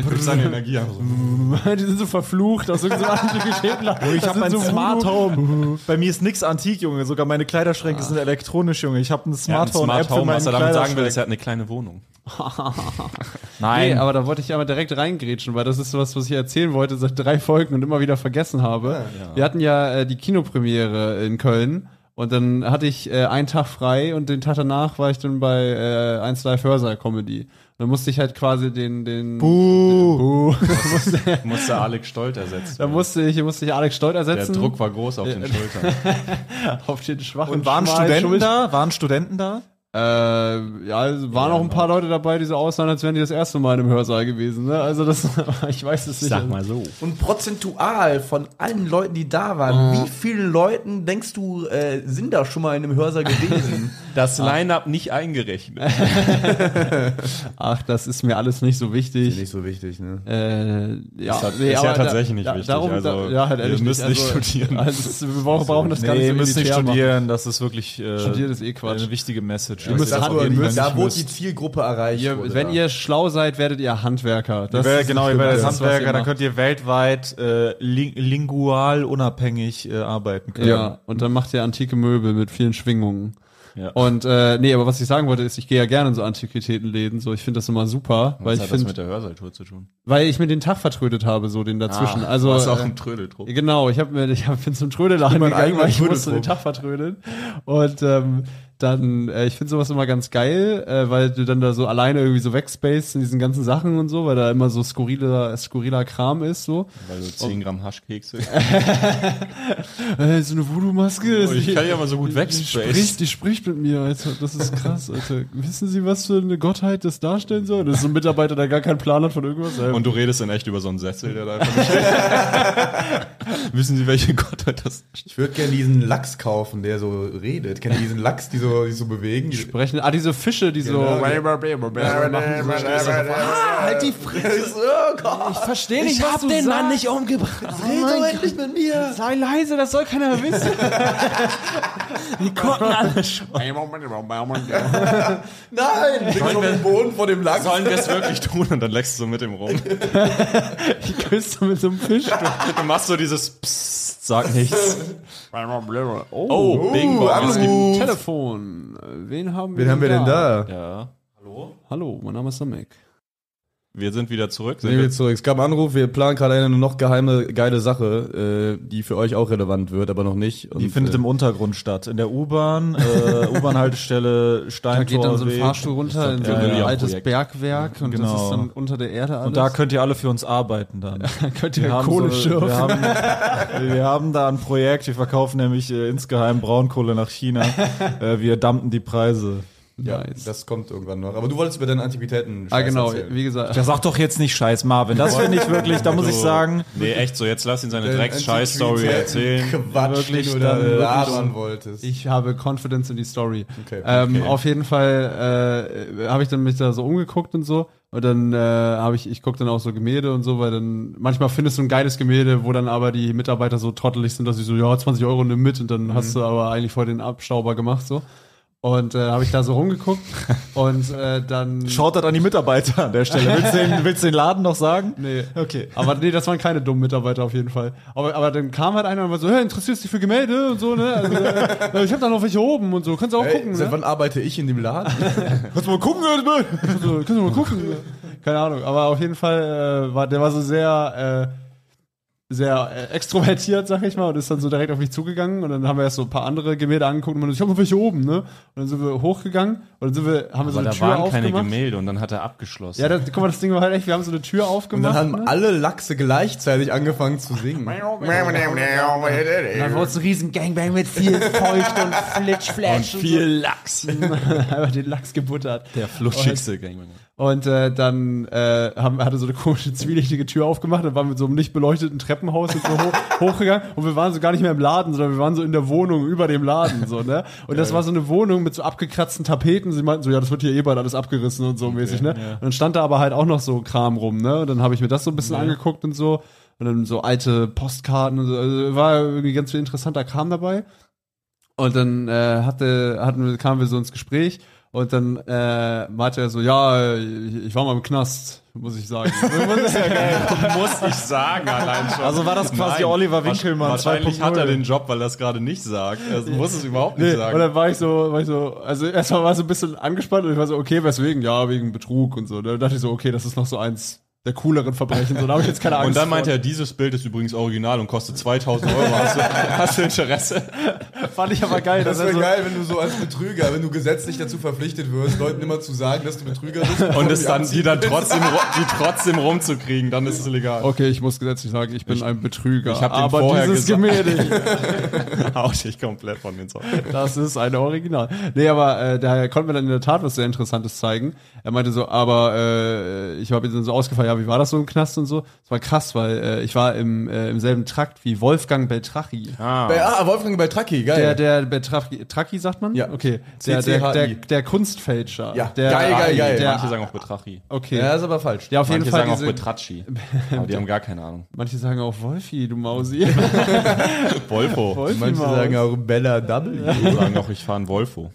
S3: Gibt seine Energie einfach so.
S2: halt- die sind so verflucht aus irgendeinem anderen Schädler.
S4: Oh, Ich habe ein Smart Home. Bei mir ist nix antik, Junge. Sogar meine Kleiderschränke sind elektronisch, Junge. Ich habe ein
S3: Ah. Er hat ein
S4: Smart Home App für meinen
S3: was er damit sagen will, ist,
S4: Kleiderschrank.
S3: er hat eine kleine Wohnung.
S2: Nein. Nee, aber da wollte ich aber direkt reingrätschen, weil das ist was, was ich erzählen wollte seit drei Folgen und immer wieder vergessen habe. Wir hatten ja äh, die Kinopremiere in Köln und dann hatte ich äh, einen Tag frei und den Tag danach war ich dann bei äh, 1 Live Hörsaal Comedy. Und dann musste ich halt quasi den den Buh.
S3: Musste Alex Stolt ersetzen.
S2: Da musste ich musste ich Alex Stolt
S3: der
S2: ersetzen
S3: Druck war groß auf den Schultern.
S2: auf den schwachen
S4: Und waren
S2: schmalen
S4: Studenten
S2: Schultern.
S4: da? Waren Studenten da?
S2: Äh, ja, es waren auch ein paar Leute dabei, die so aussahen, als wären die das erste Mal im Hörsaal gewesen. Ne? Also das, ich weiß es nicht.
S8: mal so.
S9: Und prozentual von allen Leuten, die da waren, wie vielen Leuten denkst du, äh, sind da schon mal in einem Hörsaal gewesen?
S3: Das Line-Up nicht eingerechnet.
S2: Ach, das ist mir alles nicht so wichtig.
S5: Nicht so wichtig, ne?
S2: Äh, ja,
S3: Ist halt-
S2: nee,
S3: ist ja
S2: aber
S3: tatsächlich nicht wichtig,
S2: Darum,
S3: also,
S2: da, ja, halt
S3: ihr
S2: ehrlich
S3: müsst nicht
S2: also,
S3: studieren.
S2: Also, es- wir brauchen, brauchen das gar nicht so elitär machen.
S3: das ist wirklich äh,
S2: Studieren ist eh Quatsch.
S3: eine wichtige Message.
S2: Ihr müsst
S4: Also,
S3: Das
S2: Hand-
S3: auf jeden
S2: ihr
S3: Fall
S2: müsst-
S3: nicht
S5: Da wurde
S3: müsst.
S5: die Zielgruppe erreicht.
S2: Ihr,
S5: wurde
S2: wenn
S5: da.
S2: ihr schlau seid, werdet ihr Handwerker. Das
S4: Ihr werdet-
S2: ist-
S4: genau, ihr werdet
S2: das ist, was
S4: Handwerker, dann
S2: macht.
S4: könnt ihr weltweit äh, ling lingual unabhängig äh, arbeiten können.
S2: Ja, und dann macht ihr antike Möbel mit vielen Schwingungen.
S3: Ja.
S2: Und äh, nee, aber was ich sagen wollte, ist, ich gehe ja gerne in so Antiquitätenläden, so ich finde das immer super, weil
S3: Was
S2: ich
S3: hat das
S2: finde,
S3: mit der Hörsaaltour halt zu tun?
S2: weil ich mir den Tag vertrödet habe, so den dazwischen. also
S3: Das ist Ah, auch
S2: äh,
S3: ein Trödeltrupp.
S2: Genau, ich habe mir, ich hab, bin zum Trödelladen
S5: Mein
S2: gegangen,
S5: eigener
S2: weil ich musste den
S5: Trödeltrupp.
S2: Tag vertrödeln. Und ähm, dann, äh, ich finde sowas immer ganz geil, äh, weil du dann da so alleine irgendwie so wegspaced in diesen ganzen Sachen und so, weil da immer so skurriler, skurriler Kram ist, so.
S3: Weil so 10 Gramm Haschkekse.
S2: Äh, so eine Voodoo-Maske.
S3: Oh, ich kann ja mal so gut
S2: Die
S3: wegspacen.
S2: spricht, die spricht mit mir, Alter. Das ist krass, Alter. Wissen Sie, was für eine Gottheit das darstellen soll? Das ist so ein Mitarbeiter, der gar keinen Plan hat von irgendwas.
S3: Und du redest dann echt über so einen Sessel, der da einfach nicht steht. Wissen Sie, welche Gottheit das
S5: ich würde gerne diesen Lachs kaufen, der so redet. Kennt ihr diesen Lachs, die so, die so bewegen?
S2: sprechen. Ah, diese Fische, die
S5: Genau,
S2: so.
S9: ah, halt die Fresse. Oh Gott.
S2: Ich verstehe nicht, was du sagst.
S9: nicht umgebracht. Red doch endlich mit mir.
S2: Sei leise, das soll keiner wissen.
S5: Nein! Ich bin auf dem Boden vor dem Lachs.
S3: Sollen wir es wirklich tun? Und dann leckst du so mit dem rum.
S2: Ich küsse mit so einem Fisch.
S3: Du machst so dieses Psst, sag nichts.
S2: Oh,
S3: Oh, Bing Bong. Es gibt,
S2: Telefon. Äh, Wen haben
S5: Wen haben wir denn da?
S3: ja.
S2: Hallo, mein Name ist Samek.
S3: Wir sind wieder zurück. Sind
S5: Nehmen wir
S3: wir
S5: zurück. Es gab einen Anruf, wir planen gerade eine noch geheime, geile Sache, äh, die für euch auch relevant wird, aber noch nicht. Und,
S4: Die findet
S5: äh,
S4: im Untergrund statt. In der U-Bahn, äh, U-Bahn-Haltestelle,
S2: Da
S4: Steintor.
S2: geht dann so ein
S4: Weg.
S2: Fahrstuhl runter in so
S3: ja,
S2: ein
S3: ja,
S2: altes
S3: Projekt.
S2: Bergwerk und das
S4: Genau.
S2: ist dann unter der Erde alles.
S4: Und da könnt ihr alle für uns arbeiten dann.
S2: könnt
S4: Wir haben so, wir, haben, wir haben da ein Projekt, wir verkaufen nämlich äh, insgeheim Braunkohle nach China. äh, wir dampfen die Preise.
S5: ja, das kommt irgendwann noch. Aber du wolltest über deine Antiquitäten
S2: Ah, genau,
S5: erzählen.
S2: wie gesagt.
S4: Ja, sag doch jetzt nicht Scheiß, Marvin. Das finde ich wirklich, da muss ich sagen,
S3: Nee, echt so, jetzt lass ihn seine Drecks-Scheiß-Story erzählen.
S5: Quatsch,
S4: Wirklich,
S5: wirklich, du
S4: dann
S5: dann
S4: wirklich
S5: labern wolltest.
S2: Ich habe Confidence in die Story.
S5: Okay,
S2: ähm, Auf jeden Fall äh, habe ich dann mich da so umgeguckt und so. Und dann äh, habe ich, ich gucke dann auch so Gemälde und so, weil dann manchmal findest du ein geiles Gemälde, wo dann aber die Mitarbeiter so trottelig sind, dass sie so, ja, 20 Euro nimm mit und dann
S5: Mhm.
S2: hast du aber eigentlich voll den Abstauber gemacht so. Und äh, habe ich da so rumgeguckt und äh, dann.
S4: schaut das an die Mitarbeiter an der Stelle. Willst du den, willst du den Laden noch sagen?
S2: Nee.
S4: Okay.
S2: Aber nee, das waren keine dummen Mitarbeiter auf jeden Fall. Aber, aber dann kam halt einer und war so, hey, interessierst du dich für Gemälde und so, ne? Also, äh, ich habe da noch welche oben und so, kannst du auch
S5: Ey,
S2: gucken.
S5: seit
S2: ne?
S5: wann arbeite ich in dem Laden?
S2: Kannst du mal gucken, Leute? so, kannst du mal gucken. Keine Ahnung, aber auf jeden Fall äh, war der war so sehr äh, sehr äh, extrovertiert, sag ich mal, und ist dann so direkt auf mich zugegangen und dann haben wir erst so ein paar andere Gemälde angeguckt und man so, ich hab noch welche oben, ne? Und dann sind wir hochgegangen und dann sind wir haben wir so
S3: Aber
S2: eine
S3: da
S2: Tür
S3: waren
S2: aufgemacht.
S3: keine Gemälde und dann hat er abgeschlossen.
S2: ja, das, guck mal, das Ding war halt echt, wir haben so eine Tür
S5: Und
S2: aufgemacht.
S5: dann haben
S2: ne?
S5: alle Lachse gleichzeitig angefangen zu singen.
S9: Dann wurde es ein riesen Gangbang mit viel Feucht und Flitschflash. Und
S3: Viel Lachs.
S2: Einfach den Lachs gebuttert.
S3: Der flutschigste Gangbang.
S2: Und äh, dann äh, haben, hatte so eine komische zwielichtige Tür aufgemacht und waren mit so einem nicht beleuchteten Treppenhaus jetzt so hoch, hochgegangen und wir waren so gar nicht mehr im Laden, sondern wir waren so in der Wohnung über dem Laden so, ne? Und das war so eine Wohnung mit so abgekratzten Tapeten. Sie meinten so, ja, das wird hier eh bald alles abgerissen und so mäßig, ne? Und dann stand da aber halt auch noch so Kram rum, ne? Und dann habe ich mir das so ein bisschen angeguckt und so und dann so alte Postkarten und so. Also, war irgendwie ganz viel interessanter Kram dabei. Und dann äh, hatte, hatten, wir- kamen wir so ins Gespräch und dann äh, meinte er so, ja, ich, ich war mal im Knast, muss ich sagen.
S3: Muss ich sagen, allein schon.
S4: Also war das quasi Oliver Winkelmann
S3: Wahrscheinlich
S4: 2.0.
S3: hat er den Job, weil er es gerade nicht sagt. Er muss es überhaupt nicht
S2: nee, und
S3: sagen.
S2: dann war ich so, war ich so, also erstmal war ich so ein bisschen angespannt und ich war so, okay, weswegen? Ja, wegen Betrug und so. Dann dachte ich so, okay, das ist noch so eins der cooleren Verbrechen, so da habe ich jetzt keine Angst.
S3: Und dann meinte
S2: vor.
S3: er, dieses Bild ist übrigens original und kostet 2000 Euro. Hast du, hast du Interesse?
S2: fand ich aber geil.
S5: Das
S2: dass er
S5: wäre
S2: so,
S5: geil, wenn du so als Betrüger, wenn du gesetzlich dazu verpflichtet wirst, Leuten immer zu sagen, dass du Betrüger bist.
S3: Und es dann, die dann trotzdem, ru- die trotzdem rumzukriegen, dann ist es illegal.
S2: Okay, ich muss gesetzlich sagen, ich bin ein Betrüger.
S3: ich hab dem
S2: aber
S3: vorher
S2: dieses
S3: gesagt.
S2: Gemälde,
S3: Haut dich komplett von den Zocken.
S2: das ist ein Original. Nee, aber äh, da konnten wir dann in der Tat was sehr Interessantes zeigen. Er meinte so, aber äh, ich habe ihn dann so ausgefallen, ja, wie war das so im Knast und so? Es war krass, weil äh, ich war im, äh, im selben Trakt wie Wolfgang Beltrachi.
S5: Ah, Wolfgang bei Tracki, geil.
S2: Der, der, der Traki, Traki sagt man?
S5: Ja.
S2: Okay. Der, der, der,
S5: CCHI.
S2: der Kunstfälscher.
S5: Ja.
S2: Der, ah,
S5: Geil, geil, geil.
S2: Der,
S3: Manche sagen auch Betrachi.
S2: okay.
S5: ja, ist aber falsch.
S2: Ja, auf jeden
S3: Manche
S2: Fall.
S3: sagen auch
S2: diese-
S3: Betratschi. Aber die haben gar keine Ahnung.
S2: manche sagen auch Wolfi, du Mausi.
S3: Wolfo.
S5: Manche
S2: Maus.
S5: sagen auch Bella W.
S3: Die sagen auch, ich fahre ein Wolfo.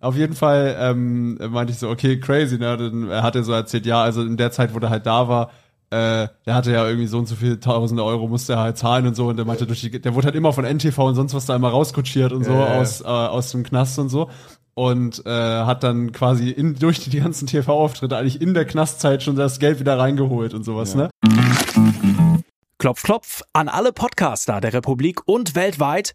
S2: Auf jeden Fall ähm, meinte ich so, okay, crazy. Ne? Dann hat er so erzählt, ja, also in der Zeit, wo der halt da war, äh, der hatte ja irgendwie so und so viel tausende Euro, musste er halt zahlen und so. Und der meinte, durch die, der wurde halt immer von NTV und sonst was da immer rauskutschiert und so aus, äh, aus dem Knast und so. Und äh, hat dann quasi in, durch die ganzen TV-Auftritte eigentlich in der Knastzeit schon das Geld wieder reingeholt und sowas, ne?
S8: Klopf, klopf an alle Podcaster der Republik und weltweit.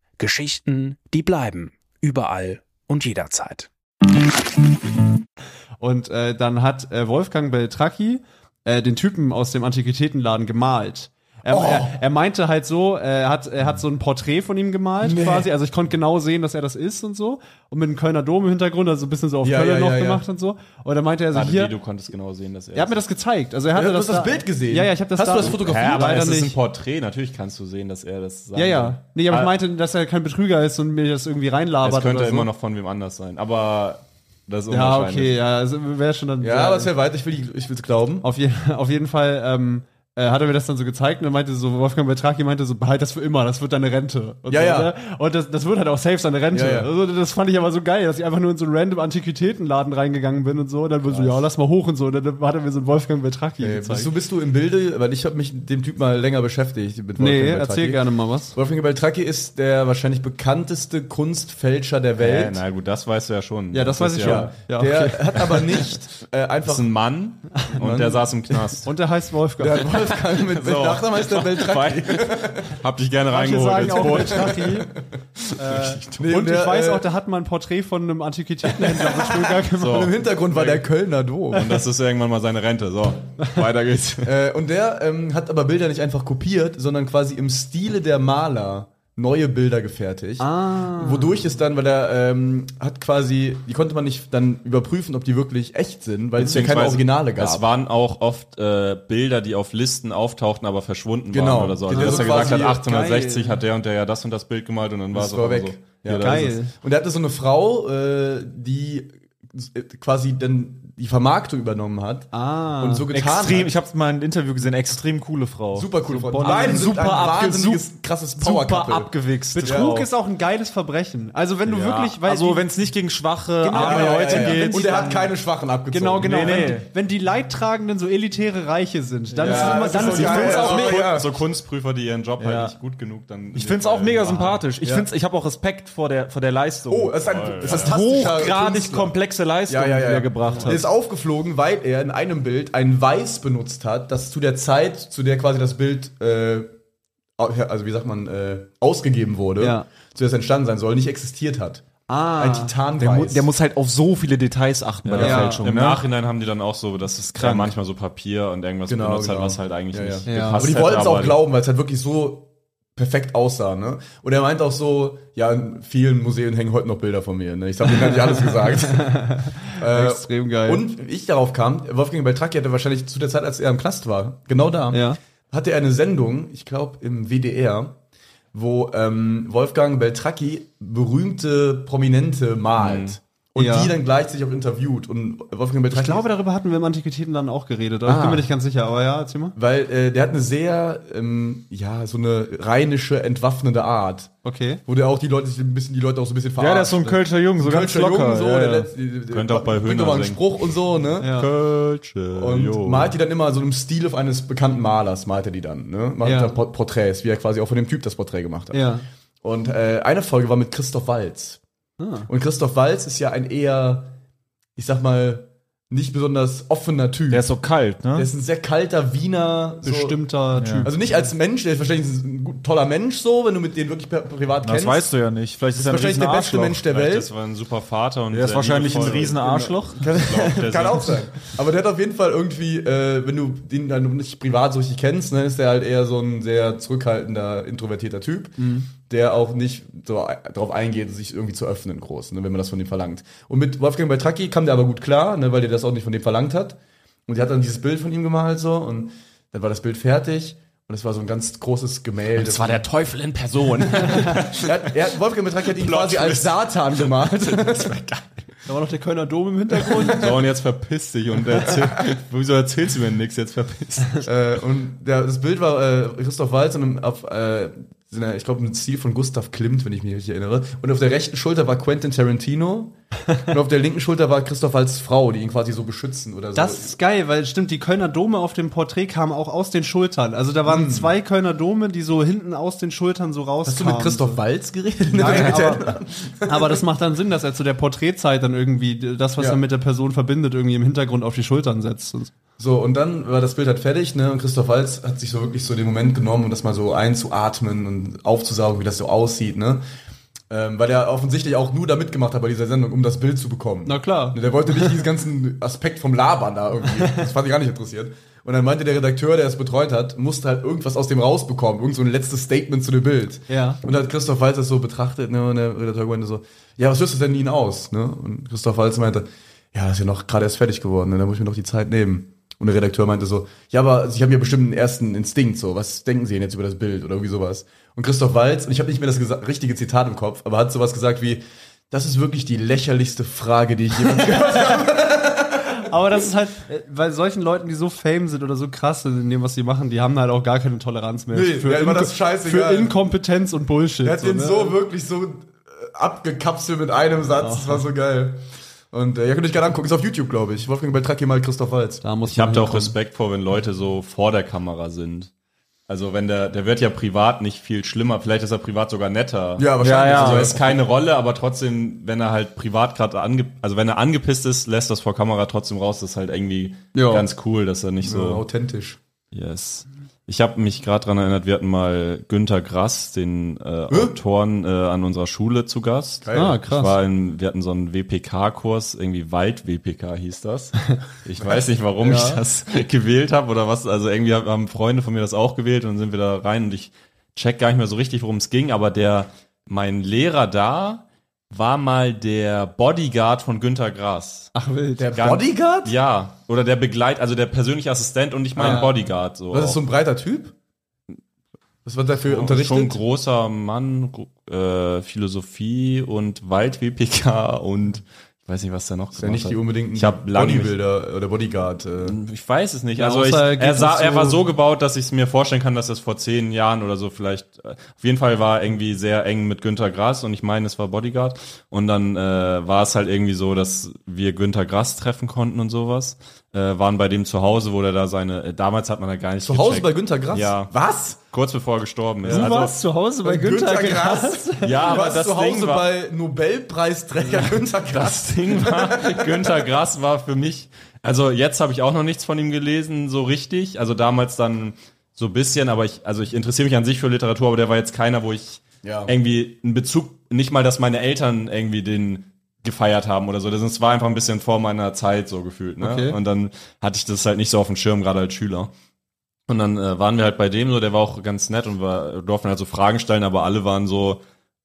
S8: Geschichten, die bleiben. Überall und jederzeit.
S2: Und äh, dann hat äh, Wolfgang Beltracchi äh, den Typen aus dem Antiquitätenladen gemalt. Er,
S5: Oh.
S2: er, er meinte halt so, er hat, er hat so ein Porträt von ihm gemalt quasi. Also ich konnte genau sehen, dass er das ist und so. Und mit dem Kölner Dom im Hintergrund, also so ein bisschen so auf
S5: Ja,
S2: Köln
S5: ja,
S2: noch
S5: ja, ja.
S2: gemacht und so. Und dann meinte er so,
S3: Warte,
S2: hier,
S3: wie, du konntest genau sehen, dass er.
S2: er hat mir das gezeigt. Also er hatte
S5: du
S2: das,
S5: hast das
S2: da-
S5: Bild gesehen?
S2: Ja, ja, ich habe das
S5: Hast du
S2: da-
S5: das fotografiert?
S3: ja, aber
S2: leider
S3: es ist ein
S2: nicht.
S3: Porträt. Natürlich kannst du sehen, dass er das sagt.
S2: Ja, ja. Nee, aber ich
S3: Ah.
S2: meinte, dass er kein Betrüger ist und mir das irgendwie
S3: Es
S2: reinlabert.
S3: könnte
S2: oder so.
S3: immer noch von wem anders sein. Aber das ist
S2: Ja,
S3: unwahrscheinlich.
S2: okay, ja, also wäre schon dann.
S5: Ja, aber es wäre weit, ich will die- ich will's glauben.
S2: Auf, je, auf jeden Fall ähm, äh, hat er mir das dann so gezeigt und er meinte so, Wolfgang Betraki meinte so, behalt das für immer, das wird deine Rente. Und
S5: Ja,
S2: so,
S5: ja.
S2: Ne? Und das, das wird halt auch safe seine Rente.
S5: Ja, ja.
S2: Also, das fand ich aber so geil, dass ich einfach nur in so einen random Antiquitätenladen reingegangen bin und so. Und dann wurde so, ja, lass mal hoch und so. Und dann hat er mir so einen Wolfgang Betraki
S5: Ey,
S2: gezeigt.
S5: bist, du, bist du im Bilde, weil ich habe mich mit dem Typ mal länger beschäftigt. Mit Wolfgang
S2: nee,
S5: Beltracchi.
S2: erzähl gerne mal was.
S5: Wolfgang Beltracchi ist der wahrscheinlich bekannteste Kunstfälscher der
S3: Ja,
S5: Welt.
S3: Äh, na gut, das weißt du ja schon.
S2: Ja, das weiß
S3: ist
S2: ich
S3: ja-
S2: schon. Ja,
S5: der
S2: okay.
S5: hat aber nicht äh,
S3: Das
S5: einfach
S3: ist ein Mann und der saß im Knast.
S2: Und der heißt Wolfgang.
S5: Der hat Wolfgang mit, mit
S3: So.
S5: Nachnamen heißt der Beltracchi.
S3: Hab dich gerne
S2: Manche
S3: reingeholt
S2: sagen
S3: ins
S2: auch
S3: Boot.
S2: Betraki.
S5: Nee,
S2: Und
S5: der,
S2: ich weiß
S5: äh,
S2: auch, da hat man ein Porträt von einem Antiquitätenhändler in Stuttgart gemacht.
S3: So.
S5: Und im Hintergrund war der Kölner Dom.
S3: Und das ist irgendwann mal seine Rente. So, weiter geht's.
S5: Äh, und der ähm, hat aber Bilder nicht einfach kopiert, sondern quasi im Stile der Maler neue Bilder gefertigt. Wodurch es dann, weil er ähm, hat quasi, die konnte man nicht dann überprüfen, ob die wirklich echt sind, weil es ja keine
S3: Beziehungsweise,
S5: Originale gab.
S3: Es waren auch oft äh, Bilder, die auf Listen auftauchten, aber verschwunden
S5: Genau.
S3: waren oder so. Also,
S5: Die
S3: dass
S5: sind
S3: er gesagt hat,
S5: quasi-
S3: 1860 hat der und der ja das und das Bild gemalt und dann war es
S5: Das
S3: auf
S5: war
S3: einmal
S5: weg.
S3: so.
S5: Ja,
S3: da
S2: geil.
S3: ist es.
S5: Und er hatte so eine Frau, äh, die äh, quasi dann die Vermarktung übernommen hat
S2: Ah.
S5: und so getan
S4: Extrem,
S5: hat.
S4: ich hab's mal in einem Interview gesehen, extrem coole Frau.
S5: Super coole Frau.
S2: Bonn-
S5: Beide sind
S4: super
S5: ein
S4: abge-
S5: wahnsinniges, krasses power
S4: Super abgewichst.
S2: Betrug ist auch ein geiles Verbrechen. Also wenn du wirklich, weil
S4: also
S2: die-
S4: wenn es nicht gegen schwache,
S2: Genau,
S4: arme
S2: ja, ja,
S4: Leute
S2: ja, ja.
S4: geht.
S5: Und er hat keine Schwachen abgezogen.
S2: Genau, genau.
S4: Nee, nee.
S2: Wenn, wenn die Leidtragenden so elitäre Reiche sind, dann ist es immer,
S5: das
S2: dann ist
S5: ist so
S2: es für
S5: geil.
S2: uns auch
S5: Ja,
S2: mega.
S5: ja.
S3: Kun- So Kunstprüfer, die ihren Job
S4: Ja.
S3: halt nicht gut genug dann.
S4: Ich find's auch mega sympathisch. Ich find's, ich habe auch Respekt vor der vor der Leistung.
S5: Oh, das ist ein das ist ein fantastischer
S4: Hochgradig
S5: Künstler.
S4: komplexe Leistung,
S5: ja, ja, ja.
S4: die er gebracht
S5: Er
S4: hat.
S5: ist aufgeflogen, weil er in einem Bild ein Weiß benutzt hat, das zu der Zeit, zu der quasi das Bild, äh, also wie sagt man, äh, ausgegeben wurde,
S2: Ja.
S5: zu der es entstanden sein soll, nicht existiert hat. Ah, ein Titanweiß.
S4: Mu- Der muss halt auf so viele Details achten bei der
S2: Ja.
S4: Fälschung.
S3: Im
S4: ne?
S3: Nachhinein haben die dann auch so, das ist krank. manchmal so Papier und irgendwas
S5: Genau,
S3: benutzt
S5: genau.
S3: hat, was halt eigentlich
S5: Ja,
S3: nicht
S5: ja.
S2: Ja.
S3: gepasst
S5: aber die
S3: hätte,
S5: wollten es
S3: aber
S5: auch glauben, weil es halt wirklich so perfekt aussah, ne? Und er meint auch so, ja, in vielen Museen hängen heute noch Bilder von mir, ne? Ich habe ihm gar nicht alles gesagt. äh,
S2: Extrem geil.
S5: Und wie ich darauf kam, Wolfgang Beltracchi hatte wahrscheinlich zu der Zeit, als er im Knast war, genau da,
S2: Ja.
S5: hatte er eine Sendung, ich glaube im WDR,
S3: Hm.
S5: wo ähm, Wolfgang Beltracchi berühmte Prominente malt. und
S2: Ja.
S5: die dann gleichzeitig auch interviewt. Und Wolfgang Beltraki
S2: Ich glaube, darüber hatten wir im Antiquitäten dann auch geredet,
S4: Ah.
S2: aber ich bin mir nicht ganz sicher, aber ja, erzähl mal.
S5: Weil äh, der hat eine sehr, ähm, ja, so eine rheinische, entwaffnende Art.
S2: Okay.
S5: Wo der auch die Leute, sich ein bisschen, die Leute auch so ein bisschen verarscht.
S3: der ist so ein Kölscher Jung, so ganz
S5: Kölscher
S3: locker,
S5: so,
S3: ja,
S5: der
S3: ja.
S5: letzt- die- die-
S3: Könnte auch bei
S5: bringt
S3: Höhner
S5: doch mal einen
S3: singen.
S5: Spruch und so, ne?
S2: Ja.
S3: Kölsche
S5: Und
S3: Jung.
S5: malt die dann immer so im Stil auf eines bekannten Malers, malt er die dann, ne? Macht
S2: Ja.
S5: dann Por- Porträts, wie er quasi auch von dem Typ das Porträt gemacht hat.
S2: Ja.
S5: Und äh, eine Folge war mit Christoph Walz.
S4: Ah.
S5: Und Christoph Walz ist ja ein eher, ich sag mal, nicht besonders offener Typ.
S4: Der ist so kalt, ne?
S5: Der ist ein sehr kalter Wiener. so-
S2: Bestimmter Typ.
S5: Also nicht als Mensch, der ist wahrscheinlich ein gut- toller Mensch so, wenn du mit denen wirklich per- privat
S4: das
S5: kennst.
S4: weißt du ja nicht. Vielleicht ist er ein
S5: wahrscheinlich der beste
S4: Riesenarschloch.
S5: Mensch der
S3: Vielleicht,
S5: Welt.
S3: Das war ein super Vater und
S4: Der ist
S3: sehr
S4: wahrscheinlich ein
S3: liebevoll.
S4: Riesenarschloch.
S3: Genau. Kann,
S7: Also-
S5: Kann auch sein. Aber der hat auf jeden Fall irgendwie, äh, wenn du den dann nicht privat so richtig kennst, ne, ist der halt eher so ein sehr zurückhaltender, introvertierter Typ,
S7: Mhm.
S5: der auch nicht so ei- darauf eingeht, sich irgendwie zu öffnen groß, ne, wenn man das von ihm verlangt. Und mit Wolfgang Beltracchi kam der aber gut klar, ne, weil der das auch nicht von dem verlangt hat. Und die hat dann dieses Bild von ihm gemalt so und dann war das Bild fertig und es war so ein ganz großes Gemälde.
S7: Das war der Teufel in Person.
S5: er hat, er hat, Wolfgang Beltracchi hat ihn quasi als Satan gemalt.
S2: Da war noch der Kölner Dom im Hintergrund.
S3: So, und jetzt verpiss dich und erzähl, wieso erzählst du mir nichts? Jetzt verpiss dich.
S5: äh, und der, das Bild war äh, Christoph Walz und im- auf, äh, so einer- ich glaube, ein Stil von Gustav Klimt, wenn ich mich richtig erinnere. Und auf der rechten Schulter war Quentin Tarantino und auf der linken Schulter war Christoph Walz Frau, die ihn quasi so beschützen oder so.
S2: Das ist geil, weil stimmt, die Kölner Dome auf dem Porträt kamen auch aus den Schultern. Also da waren zwei Kölner Dome, die so hinten aus den Schultern so rauskamen.
S5: Hm. Hast du mit Christoph Walz geredet?
S2: Nein, aber, aber das macht dann Sinn, dass er zu der Porträtzeit dann irgendwie das, was
S5: Ja.
S2: er mit der Person verbindet, irgendwie im Hintergrund auf die Schultern setzt. Und
S5: So, und dann war das Bild halt fertig, ne? Und Christoph Walz hat sich so wirklich so den Moment genommen, um das mal so einzuatmen und aufzusaugen, wie das so aussieht, ne? Ähm, weil er offensichtlich auch nur da mitgemacht hat bei dieser Sendung, um das Bild zu bekommen.
S2: Na klar.
S5: Der wollte nicht diesen ganzen Aspekt vom Labern da irgendwie. Das fand ich gar nicht interessiert. Und dann meinte der Redakteur, der es betreut hat, musste halt irgendwas aus dem rausbekommen, irgend so ein letztes Statement zu dem Bild.
S2: Ja.
S5: Und dann hat Christoph Walz das so betrachtet, ne? Und der Redakteur meinte so, ja, was löst das denn in Ihnen aus? Ne? Und Christoph Walz meinte, ja, das ist ja noch gerade erst fertig geworden, ne? da muss ich mir noch die Zeit nehmen. Und der Redakteur meinte so, ja, aber Sie haben ja bestimmt einen ersten Instinkt, so, was denken Sie denn jetzt über das Bild oder irgendwie sowas? Und Christoph Walz, und ich habe nicht mehr das gesa- richtige Zitat im Kopf, aber hat sowas gesagt wie, das ist wirklich die lächerlichste Frage, die ich jemals gehört habe.
S2: Aber das ist halt, äh, bei solchen Leuten, die so fame sind oder so krass sind in dem, was sie machen, die haben halt auch gar keine Toleranz mehr.
S5: Nee, der war das
S2: Inko-
S5: scheißegal.
S2: für Inkompetenz und Bullshit.
S5: Der hat den
S2: ne?
S5: so wirklich so äh, abgekapselt mit einem Satz, das war so geil. Und äh, ja, könnt ihr euch gerne angucken, ist auf YouTube, glaube ich. Wolfgang Beltracchi mal Christoph Walz.
S2: da muss
S3: Ich habe da auch
S2: hinkommen.
S3: Respekt vor, wenn Leute so vor der Kamera sind. Also wenn der, der wird ja privat nicht viel schlimmer, vielleicht ist er privat sogar netter.
S5: Ja, wahrscheinlich.
S3: Also
S5: Also,
S3: ist keine Rolle, aber trotzdem, wenn er halt privat gerade ange, also wenn er angepisst ist, lässt das vor Kamera trotzdem raus. Das ist halt irgendwie
S5: Ja.
S3: ganz cool, dass er nicht
S5: so
S3: so.
S5: authentisch.
S3: Yes. Ich habe mich gerade dran erinnert, wir hatten mal Günter Grass, den äh, Autoren, äh, an unserer Schule zu Gast.
S2: Ah,
S3: Ich
S2: krass.
S3: war in, wir hatten so einen WPK-Kurs, irgendwie Wald-WPK hieß das. Ich weiß nicht, warum ich das gewählt habe oder was. Also irgendwie hab- haben Freunde von mir das auch gewählt und dann sind wir da rein und ich check gar nicht mehr so richtig, worum es ging, aber der, mein Lehrer da war mal der Bodyguard von Günter Grass. Ach,
S5: Der
S3: Ganz-
S5: Bodyguard?
S3: ja. Oder der Begleit, also der persönliche Assistent und ich mein
S2: Ah.
S3: Bodyguard. So
S5: Was ist
S3: auch.
S5: so ein breiter Typ? Was wird dafür
S3: Unterrichtet? Schon ein
S5: Äh, unterrichtet?
S3: großer Mann, gro- äh, Philosophie und Wald-WPK und ich weiß nicht, was der noch
S5: Ja,
S3: gemacht
S5: nicht die
S3: hat.
S5: unbedingt
S3: Ich hab lange nicht- Hm,
S5: Bodybuilder oder Bodyguard. Äh.
S3: Ich weiß es nicht.
S2: Ja,
S3: also ich,
S2: außer geht
S3: er, sah,
S2: das
S3: er
S2: so-
S3: war so gebaut, dass ich es mir vorstellen kann, dass das vor zehn Jahren oder so vielleicht. äh, Auf jeden Fall war er irgendwie sehr eng mit Günter Grass und ich meine, es war Bodyguard. Und dann äh, war es halt irgendwie so, dass wir Günter Grass treffen konnten und sowas. Äh, waren bei dem zu Hause, wo der da seine. Äh, damals hat man da gar nicht
S5: Zu Hause
S3: gecheckt.
S5: bei Günter Grass?
S3: Ja.
S5: Was?
S3: Kurz bevor er gestorben ist.
S2: Du
S3: Also-
S2: warst zu Hause bei Günther, Günther
S3: Ja,
S5: Du
S3: aber
S5: warst
S3: das
S5: zu Hause
S3: Ding war,
S5: bei Nobelpreisträger Günter Grass.
S3: das Ding war, Günther Grass war für mich, also jetzt habe ich auch noch nichts von ihm gelesen, so richtig. Also damals dann so ein bisschen, aber ich, also ich interessiere mich an sich für Literatur, aber der war jetzt keiner, wo ich
S5: Ja.
S3: irgendwie einen Bezug, nicht mal, dass meine Eltern irgendwie den gefeiert haben oder so. Das ist- war einfach ein bisschen vor meiner Zeit so gefühlt. Ne?
S2: Okay.
S3: Und dann hatte ich das halt nicht so auf dem Schirm, gerade als Schüler. Und dann äh, waren wir halt bei dem so, der war auch ganz nett und wir durften halt so Fragen stellen, aber alle waren so,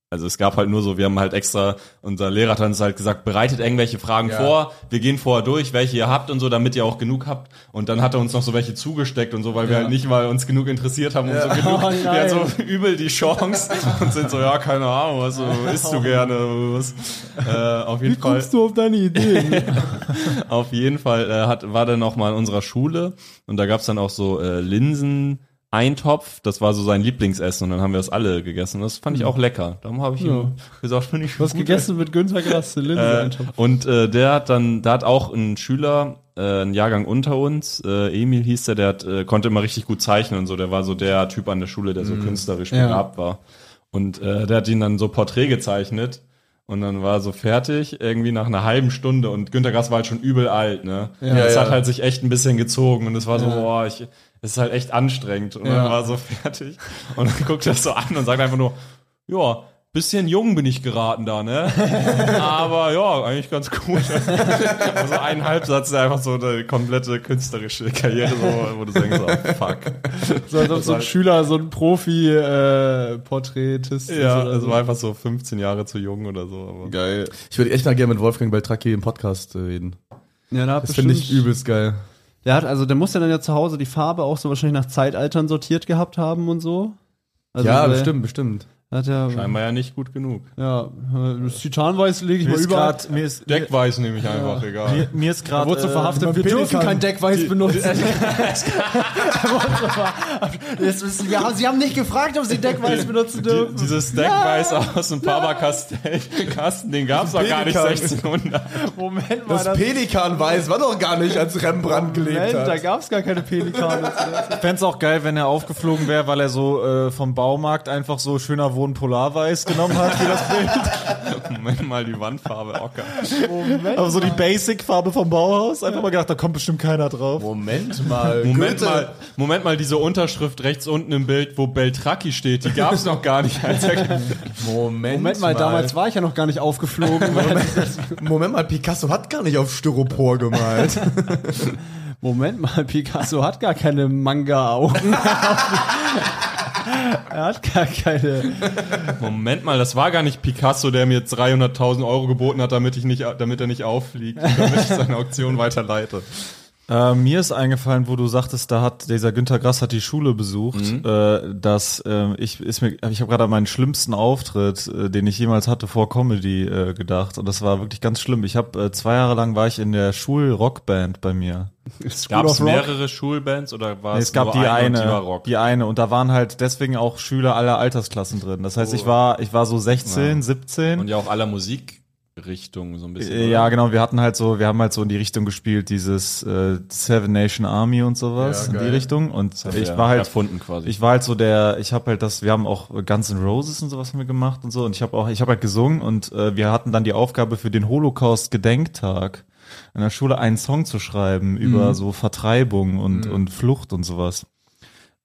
S3: Also es gab halt nur so, wir haben halt extra, unser Lehrer hat uns halt gesagt, bereitet irgendwelche Fragen vor, wir gehen vorher durch, welche ihr habt und so, damit ihr auch genug habt. Und dann hat er uns noch so welche zugesteckt und so, weil wir halt nicht mal uns genug interessiert haben und so genug, wir hatten so übel die Chance und sind so, ja, keine Ahnung, was äh, isst du gerne, oder was. Äh, auf jeden Fall.
S2: du auf deine Ideen?
S3: Auf jeden Fall äh, hat, war dann auch mal in unserer Schule und da gab's dann auch so äh, Linsen-Eintopf. Das war so sein Lieblingsessen und dann haben wir das alle gegessen. Das fand ich auch lecker. Darum habe ich ihm gesagt, finde ich
S2: Mhm. Was
S3: gut.
S2: gegessen wird Günther Grass, eine Linse
S3: Äh,
S2: eintopfen.
S3: und äh, der hat dann, da hat auch ein Schüler, äh, einen Jahrgang unter uns, äh, Emil hieß der, der hat, äh, konnte immer richtig gut zeichnen und so. Der war so der Typ an der Schule, der so
S2: Mhm.
S3: künstlerisch begabt war. Und äh, der hat ihn dann so Porträt gezeichnet. Und dann war er so fertig, irgendwie nach einer halben Stunde. Und Günter Grass war halt schon übel alt, ne? Ja, es hat halt sich echt ein bisschen gezogen. Und es war so, boah, ich, es ist halt echt anstrengend. Und dann war er so fertig. Und dann guckt er so an und sagt einfach nur, ja, bisschen jung bin ich geraten da, ne? Aber ja, eigentlich ganz cool. Also ein Halbsatz, der einfach so eine komplette künstlerische Karriere, so, wo du denkst, oh, fuck.
S2: So, als ob so ein Schüler, so ein äh, Profi-Porträtist.
S3: Ja, also war einfach so 15 Jahre zu jung oder so. Aber
S5: Geil. Ich würde echt mal gerne mit Wolfgang Beltracchi im Podcast äh, reden.
S2: ja, da
S5: Das finde ich übelst geil.
S2: Der hat, also der muss ja dann ja zu Hause die Farbe auch so wahrscheinlich nach Zeitaltern sortiert gehabt haben und so. Also,
S5: ja,
S2: weil-
S5: bestimmt, bestimmt.
S2: Hat er,
S3: scheinbar ja nicht gut genug.
S2: ja, äh, das Titanweiß lege ich mal
S4: ist
S2: über.
S4: grad, mir ist,
S3: Deckweiß nehme ich einfach, egal.
S4: mir ist äh, gerade.
S2: Wurde so verhaftet. Wir dürfen kein Deckweiß benutzen. Wurde so verhaftet. Das ist- wir haben- Sie haben nicht gefragt, ob Sie Deckweiß benutzen
S3: Die,
S2: dürfen.
S3: dieses Deckweiß aus dem Faber-Kasten, den gab's doch gar nicht
S5: Pelikan.
S3: 1600.
S2: Moment mal,
S5: Das
S2: das
S5: Pelikan weiß war doch gar nicht, als Rembrandt gelebt
S2: Moment, da
S5: hat.
S2: gab es gar keine Pelikane.
S4: Fänd's auch geil, wenn er aufgeflogen wäre, weil er so äh, vom Baumarkt einfach so schöner Wohn Polarweiß genommen hat für das Bild.
S3: Moment mal, die Wandfarbe ocker.
S2: Moment.
S4: Aber so die Basic-Farbe vom Bauhaus. Einfach mal gedacht, da kommt bestimmt keiner drauf.
S5: Moment mal.
S3: Moment
S5: Goethe-
S3: mal, Moment mal, diese Unterschrift rechts unten im Bild, wo Beltracchi steht, die gab's noch gar nicht. Als er
S5: Moment,
S2: Moment mal, damals war ich ja noch gar nicht aufgeflogen.
S5: Moment mal, Picasso hat gar nicht auf Styropor gemalt.
S2: Moment mal, Picasso hat gar keine Manga-Augen. er hat gar keine.
S3: Moment mal, das war gar nicht Picasso, der mir 300.000 Euro geboten hat, damit ich nicht, damit er nicht auffliegt, und damit ich seine Auktion weiterleite.
S4: Äh, mir ist eingefallen, wo du sagtest, da hat dieser Günter Grass hat die Schule besucht,
S3: Mhm.
S4: äh, dass äh, ich ist mir, ich habe gerade an meinen schlimmsten Auftritt, äh, den ich jemals hatte vor Comedy äh, gedacht und das war wirklich ganz schlimm. Ich habe äh, zwei Jahre lang war ich in der Schulrockband bei mir.
S3: Gab es mehrere Schulbands oder war
S4: Nee,
S3: es,
S4: es gab
S3: nur
S4: die
S3: eine,
S4: eine,
S3: und die war Rock?
S4: die eine und da waren halt deswegen auch Schüler aller Altersklassen drin. Das heißt, ich war ich war so 16, 17
S3: Und Oh. ja auch aller Musikrichtungen so ein bisschen.
S4: Äh,
S3: oder?
S4: Ja, genau, wir hatten halt so, wir haben halt so in die Richtung gespielt, dieses äh, Seven Nation Army und sowas, in die Richtung. Und ich
S3: Ja,
S4: war halt
S3: erfunden quasi.
S4: Ich war halt so der, ich habe halt das, wir haben auch Guns N' Roses und sowas haben wir gemacht und so. Und ich habe auch, ich habe halt gesungen und äh, wir hatten dann die Aufgabe für den Holocaust-Gedenktag in der Schule einen Song zu schreiben
S3: Mhm.
S4: über so Vertreibung und, und Flucht und sowas.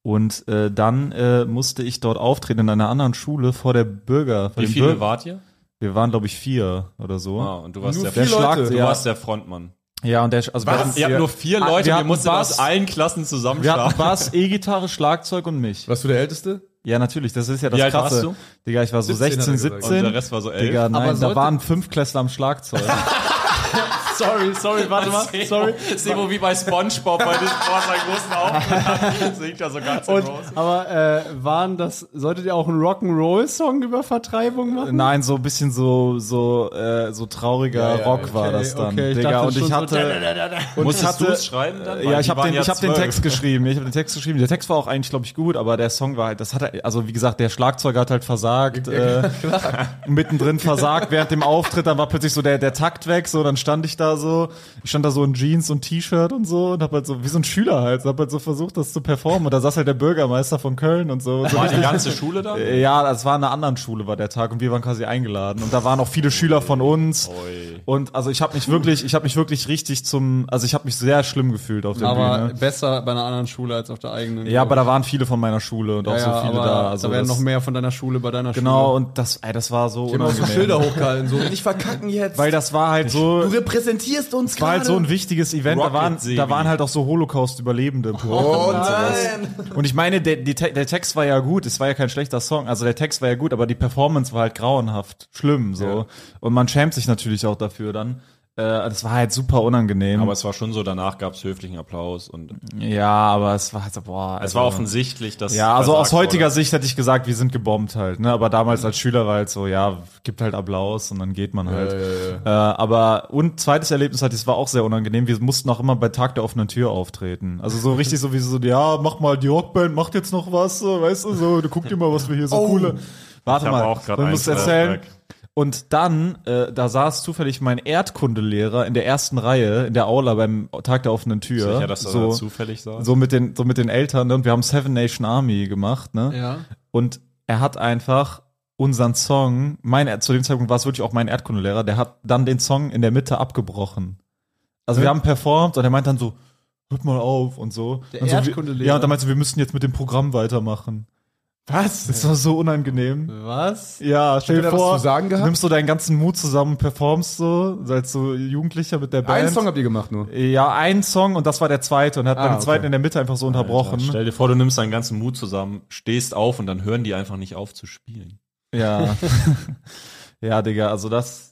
S4: Und äh, dann äh, musste ich dort auftreten in einer anderen Schule vor der Bürger. Vor
S3: Wie
S4: dem
S3: viele
S4: Bür-
S3: wart ihr?
S4: Wir waren, glaube ich, vier oder so.
S3: Ah, und du warst
S4: Hm? Nur
S3: der,
S4: vier
S3: Schlag-
S4: Leute.
S3: du
S4: Ja.
S3: warst der Frontmann.
S4: Ja, und der, also wir hatten,
S3: Ihr habt nur vier
S4: Ah,
S3: Leute,
S4: wir
S3: wir
S4: hatten
S3: mussten aus
S4: Bass.
S3: allen Klassen
S4: wir hatten
S3: zusammenschlagen.
S4: Bass, E-Gitarre, Schlagzeug und mich.
S5: Warst du der Älteste?
S4: Ja, natürlich, das ist ja das
S3: Wie alt
S4: Krasse.
S3: warst du?
S4: Digga, ich war so
S5: 17
S4: 16,
S5: hat er gesagt.
S4: 17.
S3: Und der Rest war so elf.
S4: Digga, nein, da
S2: sollte-
S4: waren Fünfklässler am Schlagzeug.
S2: Sorry, sorry, warte mal. Sorry.
S3: Sebo wie bei Spongebob bei diesem vor seinen großen Augen. Singt ja so ganz
S2: Und, aber äh, waren das, solltet ihr auch einen Rock'n'Roll-Song über Vertreibung machen?
S4: nein, so ein bisschen so so äh, so trauriger Rock war
S2: okay,
S4: das dann.
S2: okay, ich
S4: Digga,
S2: dachte
S4: und ich
S2: schon so,
S4: hatte
S3: Und
S4: ich
S3: Musstest
S4: hatte-
S3: du es schreiben dann? Weil
S4: ja, ich
S3: die
S4: habe
S3: waren
S4: den
S3: ja
S4: ich habe den
S3: zwölf.
S4: Text geschrieben. Ich habe den Text geschrieben. Der Text war auch eigentlich, glaube ich, gut, aber der Song war halt, das hat er, also wie gesagt, der Schlagzeuger hat halt versagt, äh, mittendrin versagt während dem Auftritt, dann war plötzlich so der der Takt weg, so dann stand ich da so, ich stand da so in Jeans und T-Shirt und so und habe halt so wie so ein Schüler halt, habe halt so versucht das zu performen und da saß halt der Bürgermeister von Köln und so, und so
S3: War die ganze Schule da?
S4: Äh, Ja, das war in einer anderen Schule, war der Tag und wir waren quasi eingeladen. Und da waren auch viele Schüler von uns. Und also ich habe mich wirklich, ich habe mich wirklich richtig zum, also ich habe mich sehr schlimm gefühlt auf der
S2: Aber
S4: Bühne.
S2: besser bei einer anderen Schule als auf der eigenen.
S4: Ja, aber da waren viele von meiner Schule und auch
S2: Ja,
S4: so viele
S2: aber
S4: da. Also
S2: da werden
S4: das-
S2: noch mehr von deiner Schule bei deiner
S4: Genau, und das, ey, das war so
S2: Schule.
S4: unangenehm.
S10: hochgehalten, so nicht verkacken jetzt.
S4: Weil das war halt so,
S10: du repräsentierst uns
S4: war halt so ein
S10: gerade.
S4: wichtiges Event. Da
S3: Rocket
S4: waren,
S3: Sebi.
S4: da waren halt auch so Holocaust-Überlebende.
S10: Oh
S4: und sowas.
S10: nein!
S4: Und ich meine, der, die, Te- der Text war ja gut, es war ja kein schlechter Song, also der Text war ja gut, aber die Performance war halt grauenhaft, schlimm so. Und man schämt sich natürlich auch dafür dann. Äh, das war halt super unangenehm.
S3: Aber es war schon so, danach gab es höflichen Applaus und
S4: ja, aber es war halt so, boah.
S3: es
S4: also-
S3: war offensichtlich, dass.
S4: Mhm. Ja, also aus
S3: versagt
S4: heutiger
S3: wurde.
S4: Sicht hätte ich gesagt, wir sind gebombt halt, ne? Aber damals als Schüler war halt so, ja, gibt halt Applaus und dann geht man halt. Äh, aber und zweites Erlebnis hatte ich, es war auch sehr unangenehm. Wir mussten auch immer bei Tag der offenen Tür auftreten. Also so richtig so wie so, ja, mach mal die Rockband, macht jetzt noch was, so, weißt du, so, du guck dir mal, was wir hier so coole. Warte
S3: Oh. Ich hab
S4: mal,
S3: auch grad
S4: du musst
S3: eins
S4: erzählen.
S3: draufgepackt.
S4: Und dann, äh, da saß zufällig mein Erdkundelehrer in der ersten Reihe in der Aula beim Tag der offenen Tür.
S3: Sicher, dass das
S4: so,
S3: zufällig sah.
S4: so mit den so mit den Eltern ne? und wir haben Seven Nation Army gemacht ne
S2: Ja.
S4: und er hat einfach unseren Song mein Er- zu dem Zeitpunkt war es wirklich auch mein Erdkundelehrer der hat dann den Song in der Mitte abgebrochen also wir haben performt und er meint dann so hört mal auf und so
S2: Der
S4: und so, wir-
S2: Erdkundelehrer?
S4: ja und dann meinst du wir müssen jetzt mit dem Programm weitermachen was das war so unangenehm
S2: Was?
S4: ja stell dir
S5: Hat er was
S4: vor
S5: zu sagen gehabt?
S4: nimmst du deinen ganzen Mut zusammen und performst so als so Jugendlicher mit der Band
S5: Einen Song habt ihr gemacht nur.
S4: ja, ein Song und das war der zweite und hat
S5: Ah,
S4: dann den
S5: okay.
S4: zweiten in der Mitte einfach so unterbrochen.
S3: Stell dir vor, du nimmst deinen ganzen Mut zusammen, stehst auf und dann hören die einfach nicht auf zu spielen.
S4: Ja. ja, Digga, also das.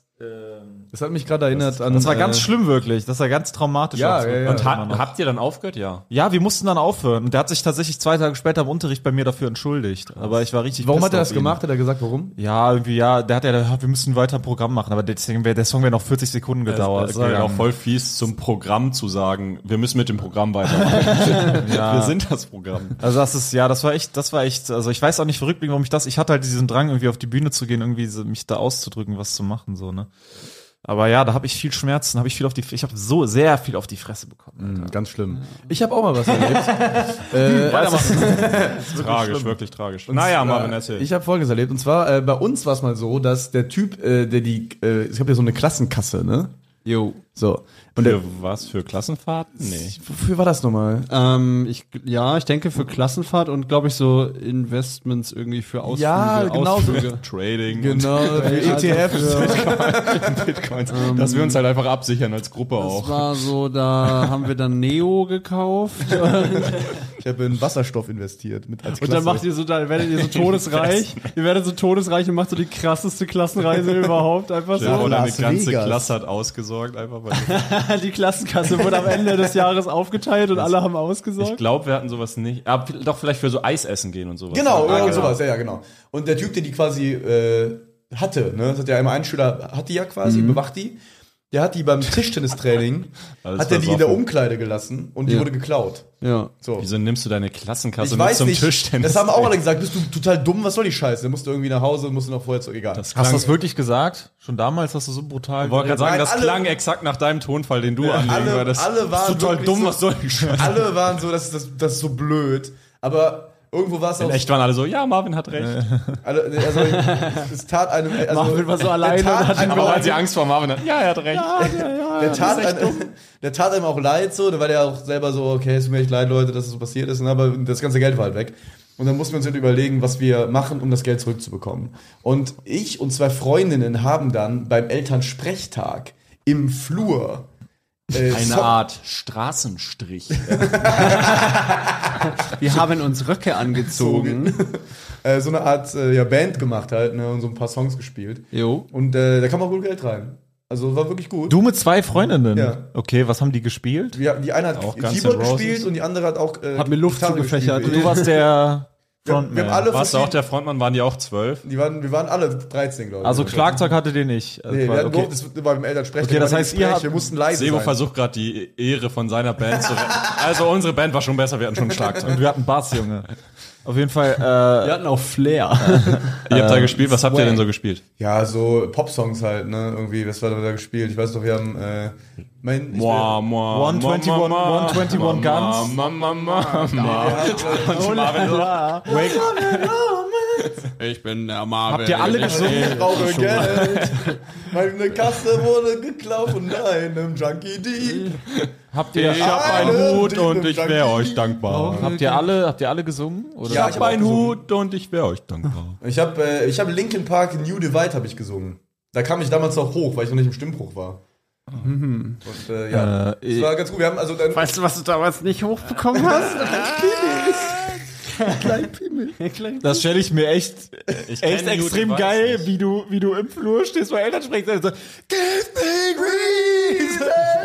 S5: Das hat mich gerade erinnert an.
S4: Das war
S5: äh,
S4: ganz schlimm wirklich. Das war ganz traumatisch.
S5: Ja,
S4: auch so.
S5: ja, ja.
S4: Und
S3: Ha-
S4: ha ha
S3: habt ihr dann aufgehört? Ja.
S4: ja, wir mussten dann aufhören. Und der hat sich tatsächlich zwei Tage später im Unterricht bei mir dafür entschuldigt. Aber ich war richtig.
S5: Warum
S4: pissed
S5: hat er
S4: auf
S5: das
S4: ihn.
S5: gemacht? Hat er gesagt, warum?
S4: Ja, irgendwie, ja, der hat ja, gesagt, wir müssen weiter ein Programm machen, aber deswegen wär, der Song wäre noch 40 Sekunden gedauert.
S3: Das war ja auch
S4: gegangen.
S3: voll fies, zum Programm zu sagen, wir müssen mit dem Programm weitermachen. Wir sind das Programm.
S4: Also das ist, ja, das war echt, das war echt, also ich weiß auch nicht verrückt, warum ich das, ich hatte halt diesen Drang, irgendwie auf die Bühne zu gehen, irgendwie so, mich da auszudrücken, was zu machen, so, ne. Aber ja, da habe ich viel Schmerzen, habe ich viel auf die, ich habe so sehr viel auf die Fresse bekommen.
S5: Hm, ganz schlimm. Ich habe auch mal was erlebt. äh,
S3: tragisch, wirklich tragisch.
S4: äh,
S3: Naja, Marvin, erzähl.
S5: Ich habe Folgendes erlebt. Und zwar, äh, bei uns war es mal so, dass der Typ, äh, der die, äh, es gab ja so eine Klassenkasse, ne?
S2: Jo.
S5: So. Und der,
S3: für was? Für Klassenfahrten? Nee.
S5: wofür war das nochmal?
S2: Ähm, ich, ja, ich denke für Klassenfahrt und glaube ich so Investments irgendwie für Ausflüge.
S5: Ja, genau so.
S2: Ausflüge. also
S3: Trading.
S5: Genau. für E
S1: also,
S5: ETFs.
S3: Bitcoins.
S5: Ähm,
S3: dass wir uns halt einfach absichern als Gruppe
S2: Das
S3: auch.
S2: war so, da haben wir dann Neo gekauft.
S5: Ich habe in Wasserstoff investiert. Mit als
S2: Und dann macht ihr so, dann werdet ihr so todesreich. ihr werdet so todesreich und macht so die krasseste Klassenreise überhaupt. Einfach
S3: Ja,
S2: so.
S3: oder eine
S5: Las
S3: ganze
S5: Vegas.
S3: Klasse hat ausgesorgt einfach. Weil
S2: Die Klassenkasse wurde am Ende des Jahres aufgeteilt und alle haben
S3: ich
S2: ausgesorgt.
S3: glaube, wir hatten sowas nicht. Ah, doch vielleicht für so Eis essen gehen und sowas.
S5: Genau,
S3: Ah,
S5: oder sowas, ja, ja, genau. Und der Typ, der die quasi äh, hatte, ne, das hat ja einmal ein Schüler, hat die ja quasi,
S3: Mhm.
S5: bewacht die, der hat die beim Tischtennistraining,
S3: Alles
S5: hat er die in der
S3: versoffen.
S5: Umkleide gelassen und die wurde geklaut.
S2: Ja.
S5: So.
S3: Wieso nimmst du deine Klassenkasse
S5: ich
S3: Also mit
S5: weiß
S3: zum
S5: nicht,
S3: Tischtennis?
S5: das haben auch alle gesagt, bist du total dumm, was soll die Scheiße? Dann musst du irgendwie nach Hause und musst du noch vorher zu, egal.
S3: Das
S4: Hast
S3: klang,
S4: du das wirklich gesagt? Schon damals hast du so brutal.
S3: ich wollte gerade sagen,
S5: Nein,
S3: das
S5: alle-
S3: klang exakt nach deinem Tonfall, den du anlegen
S5: alle-
S3: würdest.
S5: alle waren
S3: Ist total
S5: wirklich
S3: dumm,
S5: so-
S3: was soll ich scheiße?
S5: Alle waren so, das, das, das ist so blöd, aber irgendwo war es auch,
S3: In echt waren alle so, ja, Marvin hat recht.
S5: alle, also, es tat einem, also,
S2: Marvin war so
S5: der
S2: alleine und
S5: tat
S2: hat-
S5: einem
S3: Aber
S5: auch-
S3: weil sie Angst vor Marvin hatten, ja, er hat recht.
S5: der, tat einem, der tat einem auch leid, so, weil er auch selber so, okay, es tut mir echt leid, Leute, dass es so passiert ist, ne, aber das ganze Geld war halt weg. Und dann mussten wir uns halt überlegen, was wir machen, um das Geld zurückzubekommen. Und ich und zwei Freundinnen haben dann beim Elternsprechtag im Flur äh,
S3: Eine
S5: Song-
S3: Art Straßenstrich.
S2: Wir haben uns Röcke angezogen.
S5: äh, so eine Art äh, ja, Band gemacht halt ne, und so ein paar Songs gespielt.
S2: Jo.
S5: Und äh, da kam auch gut Geld rein. Also war wirklich gut.
S4: Du mit zwei Freundinnen?
S5: Ja.
S4: Okay, was haben die gespielt?
S5: Ja, die eine hat
S3: Auch Guns N'
S5: Keyboard
S3: Roses.
S5: gespielt und die andere hat auch äh,
S2: Hat mir Luft
S5: Gitarre
S2: zugefächert.
S5: gespielt.
S4: Du warst der Frontman.
S5: Wir haben alle
S3: Warst du
S5: verschiedene-
S3: auch der Frontmann? Waren die auch zwölf?
S5: Die waren, wir waren alle 13, glaube ich.
S4: also Schlagzeug hattet ihr nicht. Also
S5: Nee, wir
S4: quasi-
S5: hatten okay. das war mit dem Eltern sprechen.
S4: Okay, das
S5: aber die
S4: heißt, ihr
S5: Gespräche
S4: habt-
S5: mussten leise
S3: Sebo
S5: sein.
S3: versucht gerade die Ehre von seiner Band zu retten. Also unsere Band war schon besser, wir hatten schon Schlagzeug.
S4: Und wir hatten Bass, Junge. Auf jeden Fall. Äh,
S2: Wir hatten auch Flair.
S3: Ihr habt
S5: Äh,
S3: da gespielt, was habt ihr denn so gespielt?
S5: Ja, so Popsongs halt, ne? Irgendwie, was war da gespielt? Ich weiß noch, wir haben äh, mein ich
S3: Mua, mua,
S4: 121
S3: mua, mua,
S4: 121
S3: mua,
S4: Guns.
S3: mua, mua, mua, mua.
S5: will-
S3: Marvin so, Wake,
S11: Ich bin der Marvin.
S3: Habt ihr alle
S11: Ich
S3: gesungen?
S11: stehe
S3: Ich
S5: brauche
S11: schon mal.
S5: Geld. Meine Kasse wurde geklaut von einem Junkie Dieb.
S3: Habt ihr, ich hab
S5: alle,
S3: einen Hut
S5: die
S3: und
S5: sind
S3: ich wär
S5: dankbar.
S3: euch dankbar.
S4: Habt ihr alle, habt ihr alle gesungen? Oder?
S5: Ja,
S3: Ich
S5: hab
S3: hab
S5: auch
S3: einen
S5: gesungen.
S3: Hut und ich wär euch dankbar.
S5: Ich habe äh, ich hab Linkin Park New Divide habe ich gesungen. Da kam ich damals noch hoch, weil ich noch nicht im Stimmbruch war. Und äh, ja, es war ganz gut. Wir haben also dann
S2: Weißt du, was du damals nicht hochbekommen hast?
S4: Das stelle ich mir echt,
S3: Ich
S4: echt
S3: kenne New
S4: extrem
S3: Device
S4: geil,
S3: nicht.
S4: wie du, wie du im Flur stehst, bei Eltern sprichst und so,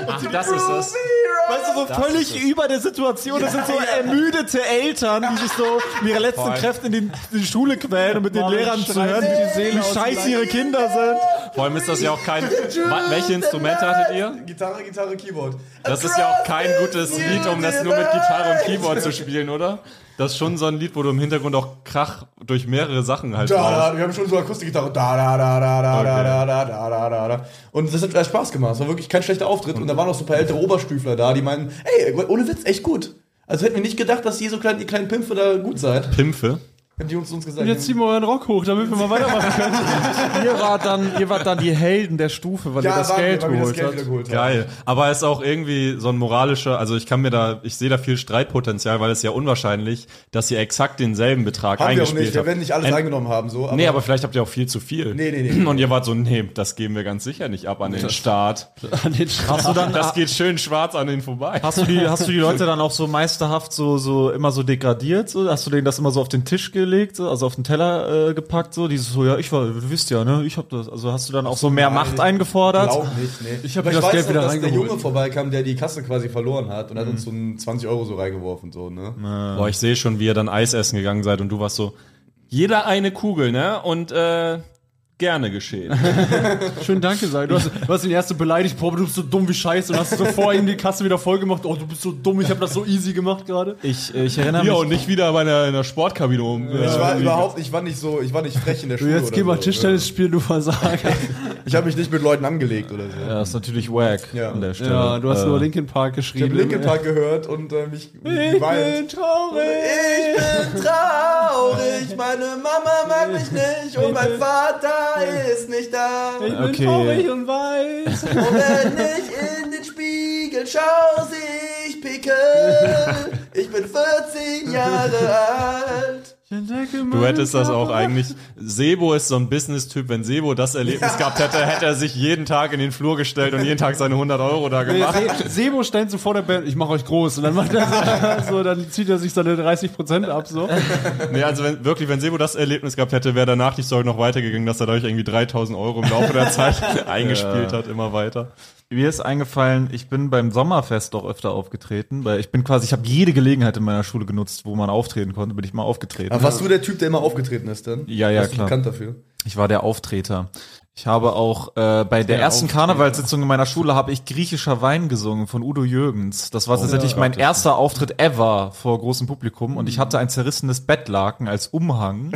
S3: Ach, das ist es.
S4: weißt du, so völlig über der Situation. Das sind so ermüdete Eltern, die sich so mit ihrer letzten Kräfte in die, in die Schule quälen und mit den Lehrern zu hören, wie scheiße ihre Kinder sind.
S3: Vor allem ist das ja auch kein. Wa- Welche Instrumente hattet ihr?
S5: Gitarre, Gitarre, Keyboard.
S3: Das ist ja auch kein gutes Lied, um das nur mit Gitarre und Keyboard zu spielen, oder? Das ist schon so ein Lied, wo du im Hintergrund auch Krach durch mehrere Sachen halt
S5: Da,
S3: brauchst.
S5: da, Ah, wir haben schon so Akustikgitarre. Da, da, da, da, da, da, da, da, da, da, da. Und das hat äh, Spaß gemacht. Es war wirklich kein schlechter Auftritt. Und da waren auch so ein paar ältere Oberstüfler da, die meinten, ey, ohne Witz, echt gut. Also hätten wir nicht gedacht, dass ihr so klein, ihr kleinen Pimpfe da gut seid.
S3: Pimpfe.
S5: Haben die uns, uns gesagt.
S2: Jetzt ziehen wir euren Rock hoch, damit wir mal weitermachen können.
S4: Ihr wart dann, ihr wart dann die Helden der Stufe, weil ihr das
S5: waren wir,
S4: Geld
S5: weil wir das
S4: geholt
S5: Geld wieder
S4: habt.
S5: geholt haben.
S3: Geil. Aber es ist auch irgendwie so ein moralischer, also ich kann mir da, ich sehe da viel Streitpotenzial, weil es ja unwahrscheinlich, dass ihr exakt denselben Betrag
S5: Haben wir auch
S3: eingespielt
S5: nicht. Wir
S3: habt.
S5: werden nicht alles
S3: Ent-
S5: eingenommen haben. So,
S3: Nee, aber vielleicht habt ihr auch viel zu viel.
S5: Nee, nee, nee.
S3: Und ihr wart so, nee, das geben wir ganz sicher nicht ab an den Staat.
S2: An den Straßen.
S3: das geht schön schwarz an den vorbei.
S4: Hast du, die, hast du die Leute dann auch so meisterhaft so, so immer so degradiert? So? Hast du denen das immer so auf den Tisch gelegt, so? also auf den Teller äh, gepackt? So dieses so, ja, ich war, du wisst ja, ne, ich hab das. Also hast du dann auch so mehr Macht eingefordert?
S5: Glaub nicht, nee. Ich
S2: hab
S5: habe
S2: das
S5: weiß
S2: Geld
S5: noch,
S2: wieder
S5: dass der
S2: reingeholt.
S5: Junge vorbeikam, der die Kasse quasi verloren hat und hat uns so einen 20 Euro so reingeworfen. So, ne?
S3: Boah, ich sehe schon, wie ihr dann Eis essen gegangen seid und du warst so, jeder eine Kugel, ne? Und äh, gerne geschehen.
S2: Schön Danke sagen. Du hast, du hast ihn erst so beleidigt, boah, du bist so dumm wie Scheiße und hast so vor ihm die Kasse wieder voll gemacht. Oh, du bist so dumm, ich habe das so easy gemacht gerade.
S4: Ich, ich erinnere
S3: Ja,
S4: mich.
S3: und nicht wieder bei einer, in einer Sportkabine um.
S5: Ich war überhaupt, ich war nicht so, ich war nicht frech in der
S2: Du,
S5: Schule.
S2: jetzt
S5: oder
S2: geh mal
S5: so,
S2: Tischtennis spielen, du Versager.
S5: ne? Ich habe mich nicht mit Leuten angelegt oder so.
S4: Ja, das ist natürlich wack
S5: Ja.
S4: an der Stelle.
S2: Ja, du hast
S4: Äh,
S2: nur Linkin Park
S5: Ich habe
S2: geschrieben.
S5: Linkin Park gehört und äh, mich geweint.
S2: traurig.
S5: Ich bin traurig, meine Mama mag mich nicht und mein Vater ist nicht da.
S2: Ich bin
S4: Okay.
S2: traurig und weiß.
S5: Und wenn ich in den Spiegel schaue, sehe ich Pickel. Ich bin 14 Jahre alt.
S3: Du hättest das auch eigentlich. Sebo ist so ein Business-Typ. Wenn Sebo das Erlebnis gehabt hätte, hätte er sich jeden Tag in den Flur gestellt und jeden Tag seine 100 Euro da gemacht.
S2: Se Sebo stellt so vor der Band, ich mache euch groß. Und dann macht er so, so, dann zieht er sich seine 30% ab. So.
S3: Nee, also wenn, wirklich, wenn Sebo das Erlebnis gehabt hätte, wäre danach die Story noch weitergegangen, dass er dadurch irgendwie 3000 Euro im Laufe der Zeit eingespielt hat, immer weiter.
S4: Mir ist eingefallen, ich bin beim Sommerfest doch öfter aufgetreten, weil ich bin quasi, ich habe jede Gelegenheit in meiner Schule genutzt, wo man auftreten konnte, bin ich mal aufgetreten.
S5: Aber warst du der Typ, der immer aufgetreten ist dann?
S4: Ja, ja,
S5: Warst du
S4: klar.
S5: bekannt dafür.
S4: Ich war der Auftreter. Ich habe auch äh, bei der, ersten Karnevalssitzung in meiner Schule habe ich griechischer Wein gesungen von Udo Jürgens. Das war tatsächlich mein erster Auftritt ever vor großem Publikum und ich hatte ein zerrissenes Bettlaken als Umhang.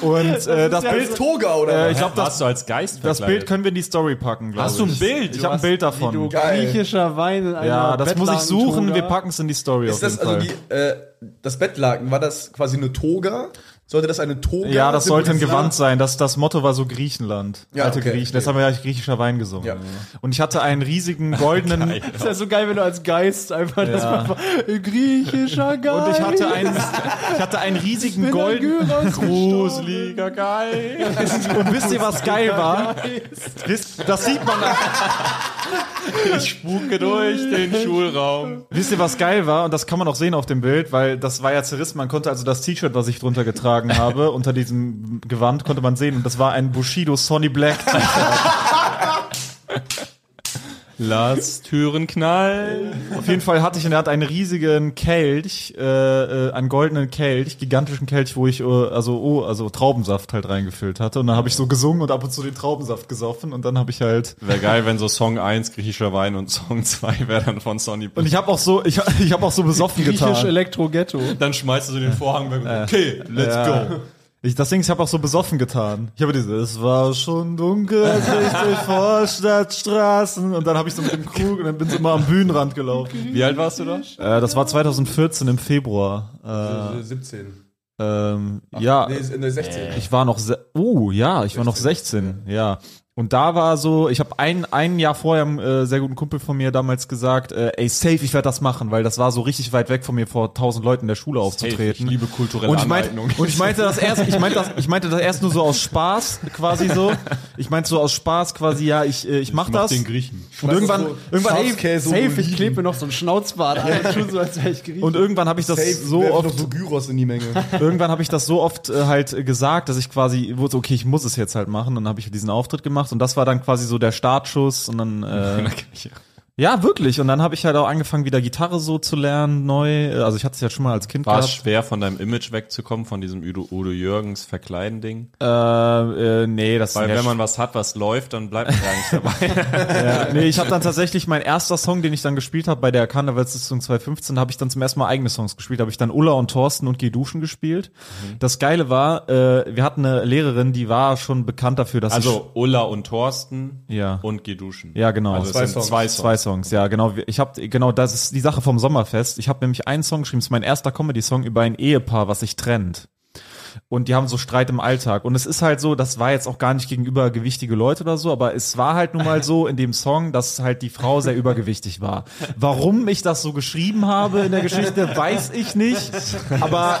S4: und äh, das Bild,
S5: Toga oder?
S4: äh, ich glaube, das,
S3: Warst du als Geist
S4: das
S3: verkleidet?
S4: Bild können wir in die Story packen. glaub
S3: Hast du ein
S4: ich.
S3: Bild?
S4: Ich
S3: Du
S4: habe ein
S3: hast-
S4: Bild
S2: Wie du
S4: davon.
S5: Geil.
S2: griechischer Wein in einer
S4: Ja, das muss ich suchen. Wir
S2: Bettlagentoga.
S4: packen es in die Story
S5: Ist
S4: auf
S5: das
S4: jeden
S5: also
S4: Fall.
S5: die, äh, das Bettlaken, war das quasi eine Toga? Sollte das eine Toga
S4: ja, das sollte ein
S5: symbolisieren?
S4: Gewand sein. Das, das Motto war so Griechenland.
S5: Ja,
S4: Alte
S5: okay,
S4: Griechen. Das haben
S5: verstehe.
S4: wir ja griechischer Wein gesungen.
S5: Ja.
S4: Und ich hatte einen riesigen goldenen.
S2: Ist ja so geil, wenn du als Geist einfach das mal griechischer Geist.
S4: und ich hatte einen, ich hatte einen riesigen
S2: bin an
S4: goldenen.
S2: Gyros gestorben.
S3: Gruseliger Geist.
S4: Und wisst ihr, was geil war? Wisst- Das sieht man.
S3: Ich spuke durch den Schulraum.
S4: Wisst ihr, was geil war? Und das kann man auch sehen auf dem Bild, weil das war ja zerrissen. Man konnte also das T-Shirt, was ich drunter getragen habe, unter diesem Gewand, konnte man sehen. Und das war ein Bushido Sonny Black T-Shirt.
S3: Lass Türen knallen.
S4: Auf jeden Fall hatte ich in der Hand einen riesigen Kelch, äh, äh, einen goldenen Kelch, gigantischen Kelch, wo ich äh, also oh, also Traubensaft halt reingefüllt hatte und dann habe ich so gesungen und ab und zu den Traubensaft gesoffen und dann habe ich halt
S3: Wäre geil, wenn so Song 1 griechischer Wein und Song 2 wäre dann von Sonny
S4: und ich habe auch so ich, ich habe auch so besoffen
S2: Griechisch
S4: getan.
S2: Elektro-Ghetto.
S3: Dann schmeißt du so den Vorhang weg und okay, let's go.
S4: Ich, das Ding, ist, ich habe auch so besoffen getan. Ich habe diese, es war schon dunkel, als ich durch Vorstadtstraßen und dann habe ich so mit dem Krug und dann bin ich immer am Bühnenrand gelaufen.
S3: Wie alt warst du da?
S4: Äh, das war 2014 im Februar. Äh,
S5: 17.
S4: Ähm, ja,
S1: Nee, ist in der 16.
S4: ich war noch, se- uh, ja, ich war noch 16, ja. Und da war so, ich habe ein, ein Jahr vorher einem äh, sehr guten Kumpel von mir damals gesagt, äh, ey, safe, ich werde das machen, weil das war so richtig weit weg von mir, vor tausend Leuten in der Schule aufzutreten.
S3: ich liebe kulturelle
S4: und ich meinte,
S3: Aneignung.
S4: Und ich meinte das erst, ich meinte das, ich meinte das erst nur so aus Spaß, quasi so. Ich meinte so aus Spaß quasi, ja, ich, äh, ich mach das.
S3: den Griechen.
S4: und irgendwann, irgendwann,
S1: Schafskäse und
S2: Safe,
S1: Oliven.
S2: ich klebe mir noch so einen Schnauzbart an. Schon so, als wäre ich Griechen.
S4: und irgendwann habe ich das
S1: Safe,
S4: so
S1: werf
S4: oft
S1: noch so Gyros in die Menge.
S4: irgendwann habe ich das so oft äh, halt äh, gesagt, dass ich quasi wurde so, okay, ich muss es jetzt halt machen. Und dann habe ich diesen Auftritt gemacht und das war dann quasi so der Startschuss und dann äh, ja wirklich. Und dann habe ich halt auch angefangen, wieder Gitarre so zu lernen, neu. Äh, Also ich hatte es ja schon mal als Kind
S3: War es
S4: gehabt.
S3: schwer, von deinem Image wegzukommen, von diesem Udo, Udo Jürgens Verkleiden-Ding?
S4: Äh, äh, nee, das
S3: Weil
S4: ja
S3: wenn man was hat, was läuft, dann bleibt man gar nicht dabei.
S4: Ja, nee, ich habe dann tatsächlich mein erster Song, den ich dann gespielt habe bei der Karnevalssitzung 2015, habe ich dann zum ersten Mal eigene Songs gespielt. Habe ich dann Ulla und Thorsten und Geh duschen gespielt. Das Geile war, äh, wir hatten eine Lehrerin, die war schon bekannt dafür, dass sie
S3: Also Ulla und Thorsten
S4: Ja.
S3: und Geh duschen.
S4: Ja, genau.
S3: Also
S4: Zwei
S3: es sind
S4: Songs.
S3: zwei Songs.
S4: Zwei Songs, ja, genau. Ich habe genau, das ist die Sache vom Sommerfest. Ich habe nämlich einen Song geschrieben, das ist mein erster Comedy-Song über ein Ehepaar, was sich trennt. Und die haben so Streit im Alltag. Und es ist halt so, das war jetzt auch gar nicht gegenüber gewichtige Leute oder so, aber es war halt nun mal so in dem Song, dass halt die Frau sehr übergewichtig war. Warum ich das so geschrieben habe in der Geschichte, weiß ich nicht. Aber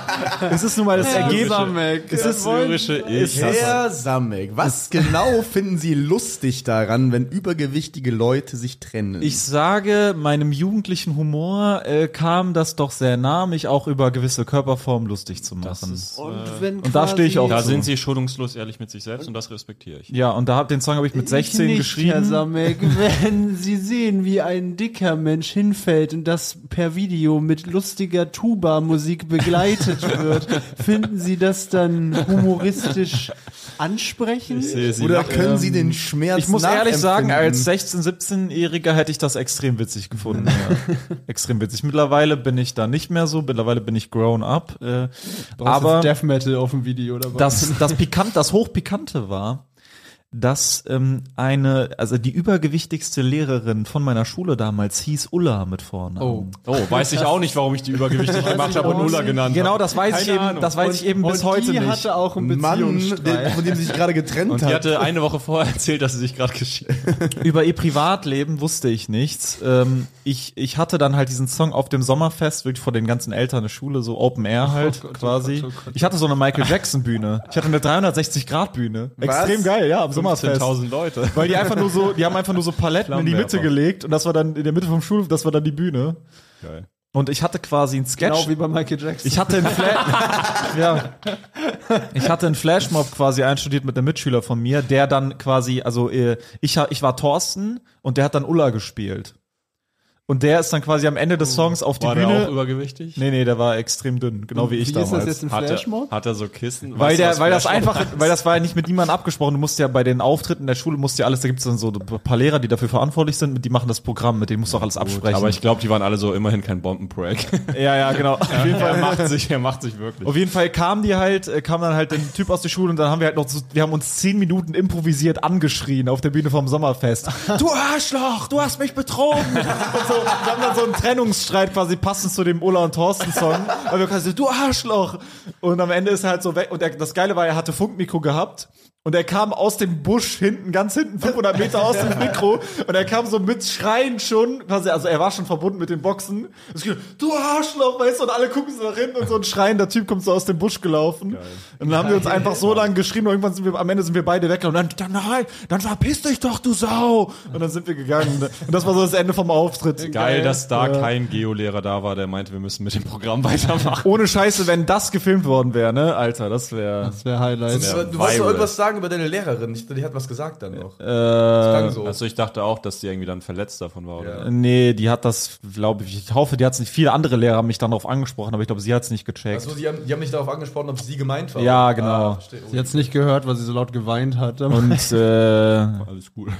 S4: es ist nun mal das Ergebnis.
S2: Samek.
S4: Es ist
S3: Syrische Ich.
S9: Herr Samek, was genau finden Sie lustig daran, wenn übergewichtige Leute sich trennen?
S4: Ich sage, meinem jugendlichen Humor äh, kam das doch sehr nah, mich auch über gewisse Körperformen lustig zu machen.
S2: Und, wenn
S4: und da stehe ich auch
S3: Da
S4: zu.
S3: sind sie schuldungslos ehrlich mit sich selbst und das respektiere ich.
S4: ja, und da hab den Song habe ich mit 16
S2: nicht, Herr
S4: geschrieben.
S2: Samek, wenn Sie sehen, wie ein dicker Mensch hinfällt und das per Video mit lustiger Tuba-Musik begleitet wird, finden Sie das dann humoristisch ansprechend?
S9: Oder können Sie
S1: ähm,
S9: den Schmerz
S4: Ich muss ehrlich sagen, als
S9: nachempfinden?
S4: 16, 17-Jähriger hätte ich das extrem witzig gefunden. ja. Extrem witzig. Mittlerweile bin ich da nicht mehr so. Mittlerweile bin ich grown up. Äh, aber
S2: Death Metal auf dem Video dabei.
S4: das, das pikant, das hochpikante war, dass ähm, eine, also die übergewichtigste Lehrerin von meiner Schule damals hieß Ulla mit vorne. Oh.
S3: Oh, weiß ich auch nicht, warum ich die übergewichtig gemacht habe und Ulla genannt
S4: Genau,
S3: habe.
S4: das weiß ich eben, das weiß ich eben bis heute
S2: die
S4: nicht.
S2: hatte auch einen
S9: Mann,
S2: Beziehungsstreit.
S9: den, von dem sie sich gerade getrennt
S3: Und die
S9: hat.
S3: hatte eine Woche vorher erzählt, dass sie sich gerade geschieht.
S4: Über ihr Privatleben wusste ich nichts. Ähm, ich, ich hatte dann halt diesen Song auf dem Sommerfest, wirklich vor den ganzen Eltern der Schule, so Open
S2: Oh
S4: Air halt quasi. Ich hatte so eine Michael Jackson Bühne. Ich hatte eine 360 Grad Bühne. Extrem geil, ja, am Sommerfest.
S3: 10.000 Leute.
S4: Weil die einfach nur so, die haben einfach nur so Paletten in die Mitte
S3: Flammenwerfer.
S4: gelegt und das war dann in der Mitte vom Schulhof, das war dann die Bühne.
S3: Geil.
S4: Und ich hatte quasi einen Sketch.
S2: Genau wie bei Michael Jackson.
S4: Ich hatte einen Flash, ja. Ich hatte einen Flashmob quasi einstudiert mit einem Mitschüler von mir, der dann quasi, also äh, ich, ha- ich war Thorsten und der hat dann Ulla gespielt. Und der ist dann quasi am Ende des Songs auf die
S3: Oh, War der auch
S4: Bühne.
S3: übergewichtig?
S4: Nee, nee, der war extrem dünn, genau wie ich
S2: wie ist das
S4: damals.
S2: jetzt ein
S3: Hat er,
S2: Flashmob?
S3: hat er so Kissen?
S4: Weil
S3: Weißt du,
S4: der,
S3: was
S4: weil das
S3: Flashmob-
S4: einfach, weil das war ja nicht mit niemandem abgesprochen. Du musst ja bei den Auftritten der Schule musst ja alles, da gibt es dann so ein paar Lehrer, die dafür verantwortlich sind, die machen das Programm, mit denen musst du auch alles absprechen.
S3: Aber ich glaube, die waren alle so immerhin kein Bombenprojekt.
S4: ja, ja, genau. Auf jeden Fall
S3: er macht sich, er macht sich wirklich.
S4: Auf jeden Fall kam die halt, äh, kam dann halt der Typ aus der Schule und dann haben wir halt noch so, wir haben uns zehn Minuten improvisiert angeschrien auf der Bühne vom Sommerfest. Du Arschloch, du hast mich betrogen. Und so, wir haben dann so einen Trennungsstreit quasi passend zu dem Ulla und Thorsten Song. Aber wir quasi, du Arschloch. Und am Ende ist er halt so weg und er, das Geile war, er hatte Funkmikro gehabt. Und er kam aus dem Busch hinten, ganz hinten, 500 Meter aus dem Mikro. Und er kam so mit Schreien schon, quasi, also er war schon verbunden mit den Boxen. Es ging, du Arschloch, weißt du, und alle gucken so nach hinten und so ein schreiender Typ kommt so aus dem Busch gelaufen. Und dann haben wir uns einfach so lange geschrien und irgendwann sind wir, am Ende sind wir beide weggelaufen. Und dann, dann, nein, dann verpiss dich doch, du Sau. Und dann sind wir gegangen. Und das war so das Ende vom Auftritt.
S3: Geil, dass da kein Geolehrer da war, der meinte, wir müssen mit dem Programm weitermachen.
S4: Ohne Scheiße, wenn das gefilmt worden wäre, ne? Alter, das wäre.
S2: Das wäre Highlight.
S1: Du wolltest
S3: Viral.
S1: doch irgendwas sagen über deine Lehrerin. Ich, die hat was gesagt dann noch. Äh, so.
S3: Also ich dachte auch, dass die irgendwie dann verletzt davon war. Oder?
S4: Nee, die hat das, glaube ich, ich hoffe, die hat es nicht, viele andere Lehrer haben mich dann darauf angesprochen, aber ich glaube, sie hat es nicht gecheckt.
S1: Achso, also die haben, die haben mich darauf angesprochen, ob sie gemeint war.
S4: Ja, genau.
S1: verstehe.
S2: Sie hat's nicht gehört, weil sie so laut geweint hat.
S4: Und äh,
S3: Alles gut.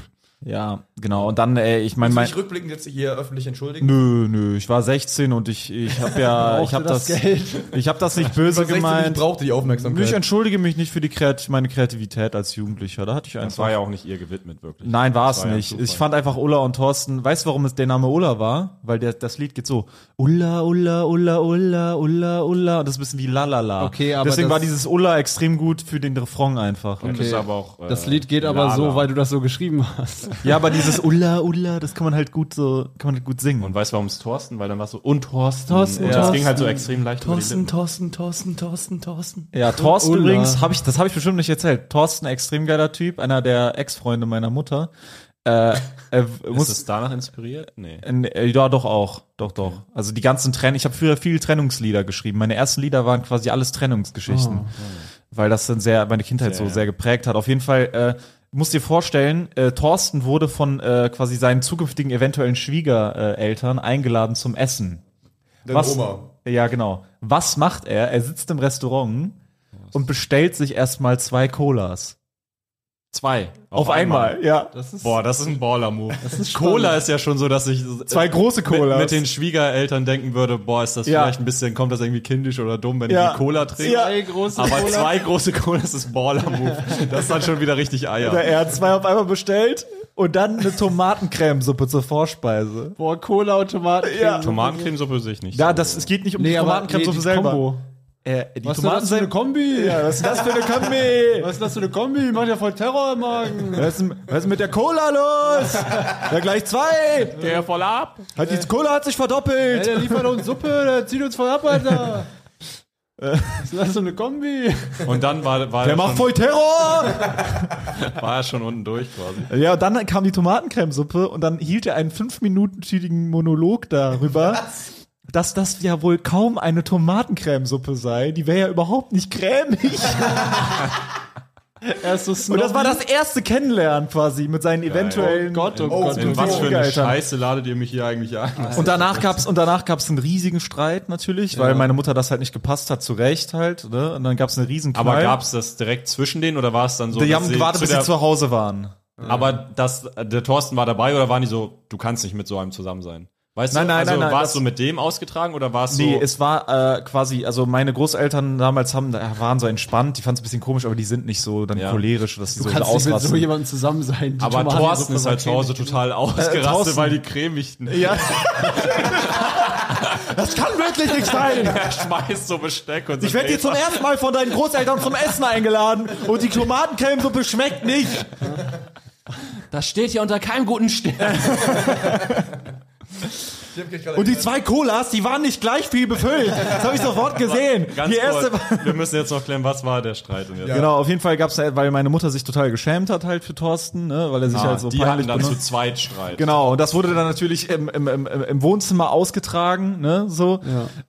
S4: Ja, genau. Und dann, äh, ich meine, mein,
S1: Ich rückblickend jetzt hier öffentlich entschuldigen.
S4: nö, nö, ich war 16 und ich, ich habe ja, ich habe das, ich habe das nicht böse gemeint.
S1: brauchte die
S4: Ich
S1: Aufmerksamkeit.
S4: entschuldige mich nicht für die Kreat meine Kreativität als Jugendlicher. Da hatte ich
S3: Das
S4: einfach.
S3: war ja auch nicht ihr gewidmet, wirklich.
S4: Nein, war es
S3: Das war ja
S4: nicht.
S3: Zufall.
S4: Ich fand einfach Ulla und Thorsten. Weißt du, warum es der Name Ulla war? Weil der, das Lied geht so Ulla, Ulla, Ulla, Ulla, Ulla, Ulla. Und das ist ein bisschen wie Lalala.
S2: Okay, aber
S4: Deswegen
S2: das-
S4: war dieses Ulla extrem gut für den Refrain einfach.
S3: Das ist aber auch, äh,
S2: Das Lied geht aber
S3: Lala.
S2: so, weil du das so geschrieben hast.
S4: Ja, aber dieses Ulla, Ulla, das kann man halt gut so, kann man halt gut singen.
S3: Und weißt du, warum es Thorsten? Weil dann war es so, und Thorsten.
S4: Thorsten,
S3: ja. Das
S4: Thorsten.
S3: ging halt so extrem leicht über die Lippen.
S9: Thorsten, Thorsten, Thorsten, Thorsten.
S4: Ja, Thorsten
S2: Ulla.
S4: übrigens, hab ich, das habe ich bestimmt nicht erzählt. Thorsten, extrem geiler Typ, einer der Ex-Freunde meiner Mutter. Äh, er
S3: Ist
S4: muss,
S3: es danach inspiriert? Nee.
S4: äh, ja, doch auch, doch, doch. Also die ganzen Trennungen, ich habe früher viel Trennungslieder geschrieben. Meine ersten Lieder waren quasi alles Trennungsgeschichten, weil das dann sehr meine Kindheit so Ah, sehr geprägt hat. Auf jeden Fall äh, musst dir vorstellen, äh, Thorsten wurde von äh, quasi seinen zukünftigen eventuellen Schwiegereltern eingeladen zum Essen.
S1: Was? Oma.
S4: Ja, genau. Was macht er? Er sitzt im Restaurant und bestellt sich erstmal zwei Colas.
S3: Zwei.
S4: Auf, einmal. ja.
S3: Boah, das ist ein Baller-Move. Cola ist ja schon so, dass ich
S4: Zwei große Colas.
S3: mit, mit den Schwiegereltern denken würde, boah, ist das
S4: Ja.
S3: vielleicht ein bisschen, kommt das irgendwie kindisch oder dumm, wenn
S4: Ja.
S3: ich die Cola trinke.
S4: Ja.
S2: Ey, große
S3: Aber zwei große Colas ist Baller-Move. Das ist dann schon wieder richtig Eier.
S4: er hat zwei auf einmal bestellt und dann eine Tomatencremesuppe zur Vorspeise.
S2: Boah, Cola-Automaten.
S4: Ja.
S3: Tomatencremesuppe sehe ich nicht.
S4: Ja, das, es geht nicht um die Tomatencremesuppe selber. Äh, die
S2: Was ist denn das für eine Kombi?
S4: Ja, was ist das für eine Kombi?
S2: Was ist das für eine Kombi? Macht ja voll Terror im Magen.
S4: Was ist, was ist mit der Cola los? Ja, gleich zwei.
S3: der voll ab.
S4: Hat, die Cola hat sich verdoppelt.
S2: der liefert uns Suppe, der zieht uns voll ab, Alter. Ist das so eine Kombi?
S3: Und dann war, war,
S4: Der
S3: er,
S4: macht
S3: schon,
S4: voll Terror.
S3: war er schon unten durch quasi.
S4: Ja, und dann kam die Tomatencremesuppe und dann hielt er einen fünfminütigen Monolog darüber, dass das ja wohl kaum eine Tomatencremesuppe sei. Die wäre ja überhaupt nicht cremig.
S2: Er ist so
S4: Und
S2: snobby.
S4: das war das erste Kennenlernen quasi mit seinen eventuellen.
S2: Gott, oh, Gott.
S3: In was für eine
S4: Schwiegereltern.
S3: Scheiße ladet ihr mich hier eigentlich ein?
S4: Und danach gab's und danach gab's einen riesigen Streit natürlich, weil meine Mutter das halt nicht gepasst hat, zu Recht halt. Ne? Und dann gab's einen riesen Knall.
S3: Aber gab's das direkt zwischen denen oder war es dann so?
S4: Die
S3: dass
S4: haben gewartet, bis
S3: der-
S4: sie zu Hause waren.
S3: Aber das, der Thorsten war dabei oder waren die so, du kannst nicht mit so einem zusammen sein? Weißt
S4: Nein,
S3: du,
S4: nein,
S3: also
S4: nein, nein,
S3: war
S4: das-
S3: es so mit dem ausgetragen oder war es so?
S4: Nee, es war äh, quasi, also meine Großeltern damals haben, da waren so entspannt, die fanden es ein bisschen komisch, aber die sind nicht so dann
S3: Ja.
S4: cholerisch, dass die so
S2: kannst nicht mit so
S4: ausrasten.
S2: jemandem zusammen sein. Die
S3: aber
S2: Tomaten-
S3: Thorsten ist halt zu Hause total ausgerastet,
S4: Äh, Thorsten.
S3: weil die cremigten.
S4: ja. das kann wirklich nicht sein.
S3: Er schmeißt so Besteck und so.
S4: Ich werde hier zum ersten Mal von deinen Großeltern zum Essen eingeladen und die Tomatencremesuppe schmeckt nicht.
S7: Das steht hier unter keinem guten Stern.
S4: Und die zwei Colas, die waren nicht gleich viel befüllt. Das habe ich sofort gesehen.
S3: Ganz
S4: die erste
S3: kurz, wir müssen jetzt noch klären, was war der Streit und jetzt.
S4: Genau, auf jeden Fall gab's da, weil meine Mutter sich total geschämt hat halt für Thorsten, ne, weil er sich
S3: Ah,
S4: halt so
S3: die hatten
S4: peinlich
S3: dann zu
S4: benutzt.
S3: zweit Streit.
S4: Genau, und das wurde dann natürlich im, im, im, im Wohnzimmer ausgetragen, ne, so.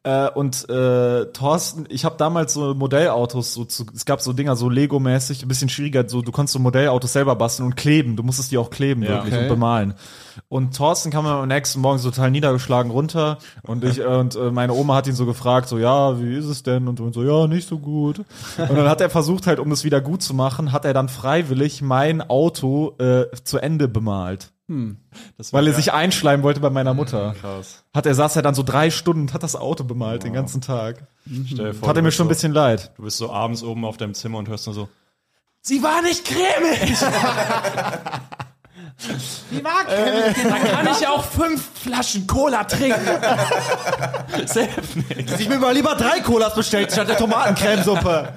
S4: Äh, und äh, Thorsten, ich habe damals so Modellautos, so zu, es gab so Dinger, so Lego-mäßig, ein bisschen schwieriger, so du konntest so Modellautos selber basteln und kleben, du musstest die auch kleben wirklich und bemalen. Und Thorsten kam am nächsten Morgen so total niedergeschlagen runter und ich äh, und äh, meine Oma hat ihn so gefragt, so ja, wie ist es denn? Und, und so ja, nicht so gut. Und dann hat er versucht halt, um es wieder gut zu machen, hat er dann freiwillig mein Auto äh, zu Ende bemalt.
S3: Hm. Das war
S4: Weil er
S3: ja Hm,
S4: sich einschleimen wollte bei meiner Mutter.
S3: krass.
S4: Hat er saß er dann so drei Stunden und hat das Auto bemalt den ganzen Tag.
S3: Stell dir vor,
S4: Tat er
S3: du
S4: mir
S3: bist
S4: schon ein
S3: so,
S4: bisschen leid.
S3: Du bist so abends oben auf deinem Zimmer und hörst nur so.
S7: Sie war nicht cremig. Sie war cremig. Da kann ich ja auch fünf Flaschen Cola trinken.
S4: Ich bin mal lieber drei Colas bestellt statt der Tomatencremesuppe.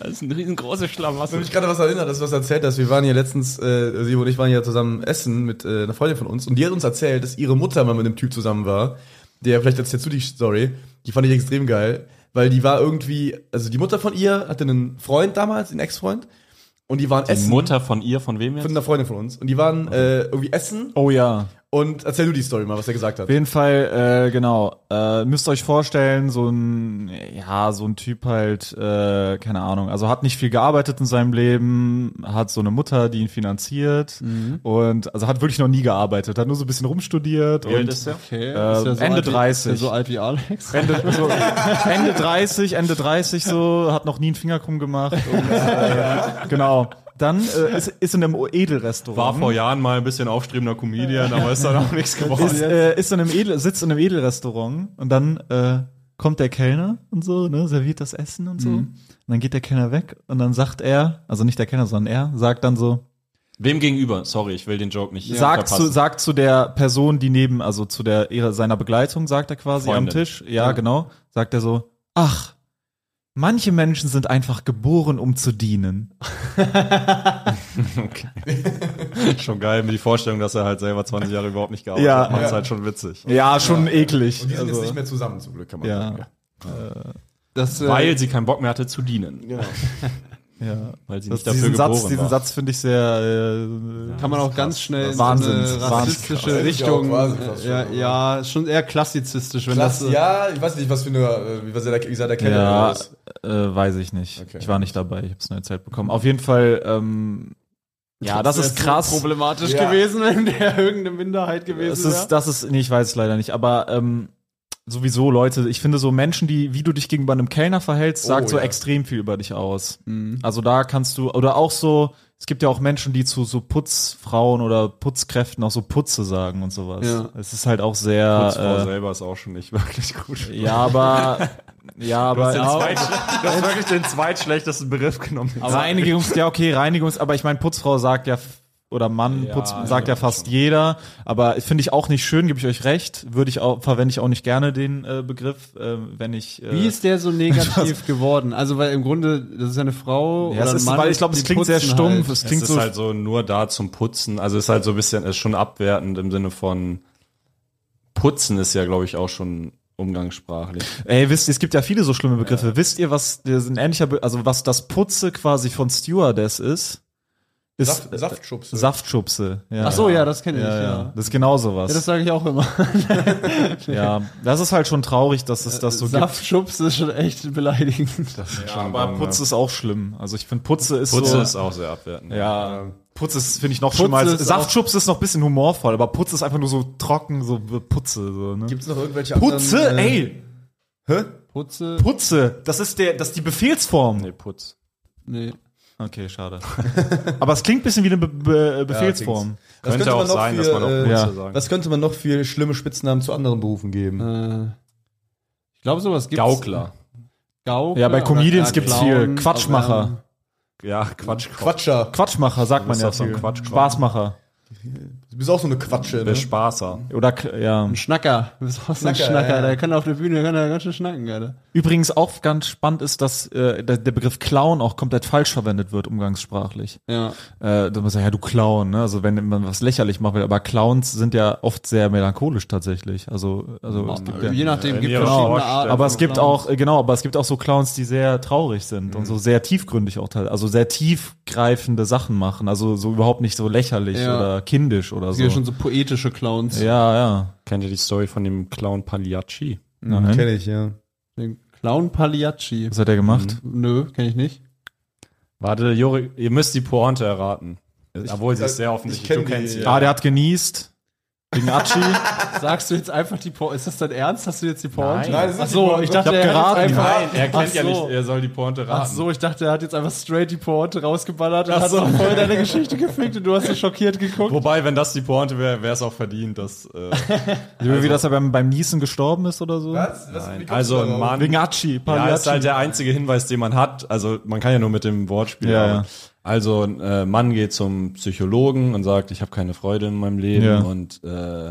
S7: Das ist ein riesengroßer
S1: Ich
S7: Schlamassel.
S1: mich gerade was erinnert, dass du was erzählt hast. Wir waren hier letztens, äh, Sibo und ich waren ja zusammen essen mit äh, einer Freundin von uns und die hat uns erzählt, dass ihre Mutter mal mit einem Typ zusammen war, der vielleicht erzählst du die Story, die fand ich extrem geil, weil die war irgendwie, also die Mutter von ihr hatte einen Freund damals, einen Ex-Freund und die waren essen
S3: Mutter von ihr, von wem jetzt?
S1: von einer Freundin von uns und die waren äh, irgendwie essen
S4: Oh ja.
S1: und erzähl du die Story mal, was er gesagt hat.
S4: Auf jeden Fall, äh, genau. Äh, müsst euch vorstellen, so ein, ja, so ein Typ halt, äh, keine Ahnung, also hat nicht viel gearbeitet in seinem Leben, hat so eine Mutter, die ihn finanziert
S2: Mhm.
S4: und also hat wirklich noch nie gearbeitet, hat nur so ein bisschen rumstudiert
S3: Wie alt
S4: und
S3: ist der?
S2: Okay,
S4: Äh,
S2: ist ja
S4: Ende
S2: alt wie-
S4: 30.
S2: Ist ja so alt wie Alex.
S4: Ende, so, Ende 30, Ende 30 so, hat noch nie einen Finger krumm gemacht. Und, äh, genau. dann äh, ist, ist in einem
S3: War
S4: Edelrestaurant.
S3: vor Jahren mal ein bisschen aufstrebender Comedian, aber ist dann auch nichts geworden.
S4: ist, äh, ist in einem Edel, sitzt in einem Edelrestaurant und dann äh, kommt der Kellner und so, ne, serviert das Essen und so. Und dann geht der Kellner weg und dann sagt er, also nicht der Kellner, sondern er, sagt dann so,
S3: Wem gegenüber? Sorry, ich will den Joke nicht
S4: sagt, zu,
S3: verpassen.
S4: sagt zu der Person, die neben, also zu der ihrer, seiner Begleitung, sagt er quasi am
S3: Freundin.
S4: Tisch, ja, genau, sagt er so, ach, manche Menschen sind einfach geboren, um zu dienen.
S3: Schon geil, mir die Vorstellung, dass er halt selber 20 Jahre überhaupt nicht gearbeitet
S4: Ja.
S3: hat, macht's
S4: Ja.
S3: halt schon witzig.
S4: Ja, schon eklig.
S5: Und die sind jetzt nicht mehr zusammen, zum Glück, kann man
S4: Also- Ja.
S5: sagen.
S2: Das, äh,
S3: Weil sie keinen Bock mehr hatte zu dienen.
S4: ja.
S3: Weil sie
S4: Das,
S3: nicht dafür
S4: diesen
S3: geboren
S4: Satz, diesen
S3: war.
S4: Satz finde ich sehr, äh,
S2: kann man auch ganz schnell in
S4: Wahnsinns-
S2: so eine
S4: Wahnsinns-
S2: rassistische Richtung.
S5: quasi fast
S2: äh, ja, ja, schon eher klassizistisch, wenn
S5: Klass,
S2: das. äh,
S5: ja, ich weiß nicht, was für eine, äh, wie was der, wie der Keller
S4: Ja,
S5: ist.
S4: äh, weiß ich nicht.
S5: Okay.
S4: Ich war nicht dabei, ich habe es nur erzählt bekommen. Auf jeden Fall, ähm, ja, das ist krass.
S2: Problematisch
S5: Ja.
S2: gewesen, wenn der irgendeine Minderheit
S4: Es
S2: gewesen
S4: ist, das ist, nee, ich weiß es leider nicht, aber ähm, sowieso, Leute, ich finde so Menschen, die, wie du dich gegenüber einem Kellner verhältst, sagt so
S5: Oh, ja. Mhm.
S4: extrem viel über dich aus. Also da kannst du, oder auch so, es gibt ja auch Menschen, die zu so Putzfrauen oder Putzkräften auch so Putze sagen und sowas.
S2: Ja.
S4: Es ist halt auch
S3: Äh,
S4: sehr,
S3: selber ist auch schon nicht wirklich gut.
S4: äh, ja, aber, ja, aber,
S3: den zweit- du hast wirklich den zweitschlechtesten Begriff genommen.
S4: Aber Reinigungs, ja, okay, Reinigungs, aber ich meine, Putzfrau sagt ja, f- oder Mann,
S3: Ja,
S4: Putz,
S3: ja,
S4: sagt ja fast jeder, aber finde ich auch nicht schön, gebe ich euch recht, würde ich auch, verwende ich auch nicht gerne den äh, Begriff, äh, wenn ich, äh,
S2: Wie ist der so negativ geworden? Also, weil im Grunde, das ist eine Frau
S4: ja,
S2: oder
S4: es
S2: ein
S4: ist,
S2: Mann.
S4: weil ich glaube, es
S2: die
S4: klingt sehr
S2: putzen
S4: stumpf,
S2: Halt.
S4: es klingt
S3: es ist
S4: so,
S3: halt so nur da zum Putzen. Also es ist halt so ein bisschen, es ist schon abwertend im Sinne von Putzen ist ja, glaube ich, auch schon umgangssprachlich.
S4: ey, wisst ihr, es gibt ja viele so schlimme Begriffe, wisst ihr, was, das ist ein ähnlicher, Be also was das Putze quasi von Stewardess ist, ist
S5: Saft, Saftschubse.
S4: Saftschubse, ja.
S2: Ach so, ja, das kenne ich,
S4: ja,
S2: ja.
S4: ja. Das ist genau sowas.
S2: Ja, das sage ich auch immer.
S4: ja, das ist halt schon traurig, dass es
S2: Äh,
S4: das so gibt.
S2: Saftschubs ist schon echt beleidigend.
S3: Ja,
S4: Aber Putze ist auch schlimm. Also ich finde Putze ist
S3: Putze
S4: so.
S3: ist auch sehr abwertend.
S4: ja. Putze Äh, ist, finde ich, noch schlimmer als.
S2: ist
S4: Saftschubs ist noch ein bisschen humorvoll, aber Putze ist einfach nur so trocken, so Putze. So, ne?
S5: Gibt's noch irgendwelche
S4: Putze,
S5: anderen, äh,
S4: ey!
S2: Putze.
S4: Putze! Das ist der, das ist die Befehlsform.
S3: Nee, Putz.
S2: Nee.
S4: Okay, schade. aber es klingt ein bisschen wie eine Be Be Befehlsform.
S5: Was
S3: Könnte
S5: könnte
S3: auch
S5: man noch
S3: sein,
S5: für,
S3: dass man auch
S5: äh,
S3: Putze
S4: ja.
S3: sagen.
S5: Was könnte man noch für schlimme Spitznamen zu anderen Berufen geben?
S2: Äh, ich glaube, sowas gibt's.
S3: Gaukler.
S2: Gaukler.
S4: Ja, bei Comedians
S2: oder
S4: gibt's
S2: Clown,
S4: viel. Quatschmacher.
S2: aber, ähm,
S3: Ja, Quatsch.
S5: Quatscher.
S4: Quatschmacher sagt man
S3: ist
S4: ja
S3: doch so ein
S4: viel.
S3: Quatsch-
S4: Spaßmacher.
S5: Du bist auch so eine Quatsche,
S3: Der
S5: ne?
S3: Spaßer.
S4: Oder, k- ja.
S2: Ein Schnacker. Du bist auch so ein
S5: Schnacker,
S2: Schnacker.
S5: ja, ja.
S2: Der kann auf der Bühne kann er ganz schön schnacken, Alter.
S4: Übrigens auch ganz spannend ist, dass äh, der, der Begriff Clown auch komplett falsch verwendet wird, umgangssprachlich.
S2: Ja.
S4: äh, dass man sagt, ja, du Clown, ne? Also wenn man was lächerlich machen will, aber Clowns sind ja oft sehr melancholisch tatsächlich. Also, also es gibt ja,
S2: Je nachdem gibt es
S3: Oh, ihrer
S2: verschiedene
S3: Vorstellung.
S2: Arten.
S4: aber es
S2: von
S4: gibt
S2: Clowns.
S4: auch, äh, genau, aber es gibt auch so Clowns, die sehr traurig sind und so sehr tiefgründig auch teil- also sehr tiefgreifende Sachen machen, also so überhaupt nicht so lächerlich
S2: Ja.
S4: oder kindisch oder
S2: Es
S4: so.
S2: gibt ja schon so poetische Clowns.
S4: ja, ja.
S3: Kennt ihr die Story von dem Clown Pagliacci?
S4: Nein.
S5: Kenn ich, ja.
S2: Den Clown Pagliacci.
S4: Was hat er gemacht?
S2: Nö, kenne ich nicht.
S3: Warte, Juri, ihr müsst die Pointe erraten. Obwohl sie ist sehr offensichtlich.
S5: kenn
S3: du kennst
S5: die,
S3: sie.
S5: ja.
S4: Ah, der hat genießt. Gegen Achi.
S2: Sagst du jetzt einfach die Pointe? Ist das dein Ernst? Hast du jetzt die Pointe?
S3: Nein,
S2: Ach so, ich dachte,
S4: Ich hab
S2: er hat
S4: geraten.
S2: jetzt einfach.
S3: Nein, Ah, er kennt
S2: Ach
S3: ja
S2: so.
S3: nicht, er soll die Pointe raten.
S2: Ach so, ich dachte, er hat jetzt einfach straight die Pointe rausgeballert und hat so voll deine Geschichte gefickt und du hast so schockiert geguckt.
S3: Wobei, wenn das die Pointe wäre, wäre es auch verdient, dass. Äh,
S4: Wie, dass er beim, beim Niesen gestorben ist oder so?
S5: Was? Was? Wie kommst
S3: also
S5: du
S3: ein
S5: darauf?
S3: Mann.
S4: Wegen Achi.
S3: Ja,
S4: Pagliacci.
S3: ist halt der einzige Hinweis, den man hat. Also man kann ja nur mit dem Wort spielen.
S4: Ja,
S3: aber-
S4: ja.
S3: Also ein äh, Mann geht zum Psychologen und sagt, ich habe keine Freude in meinem Leben
S4: Ja.
S3: und äh,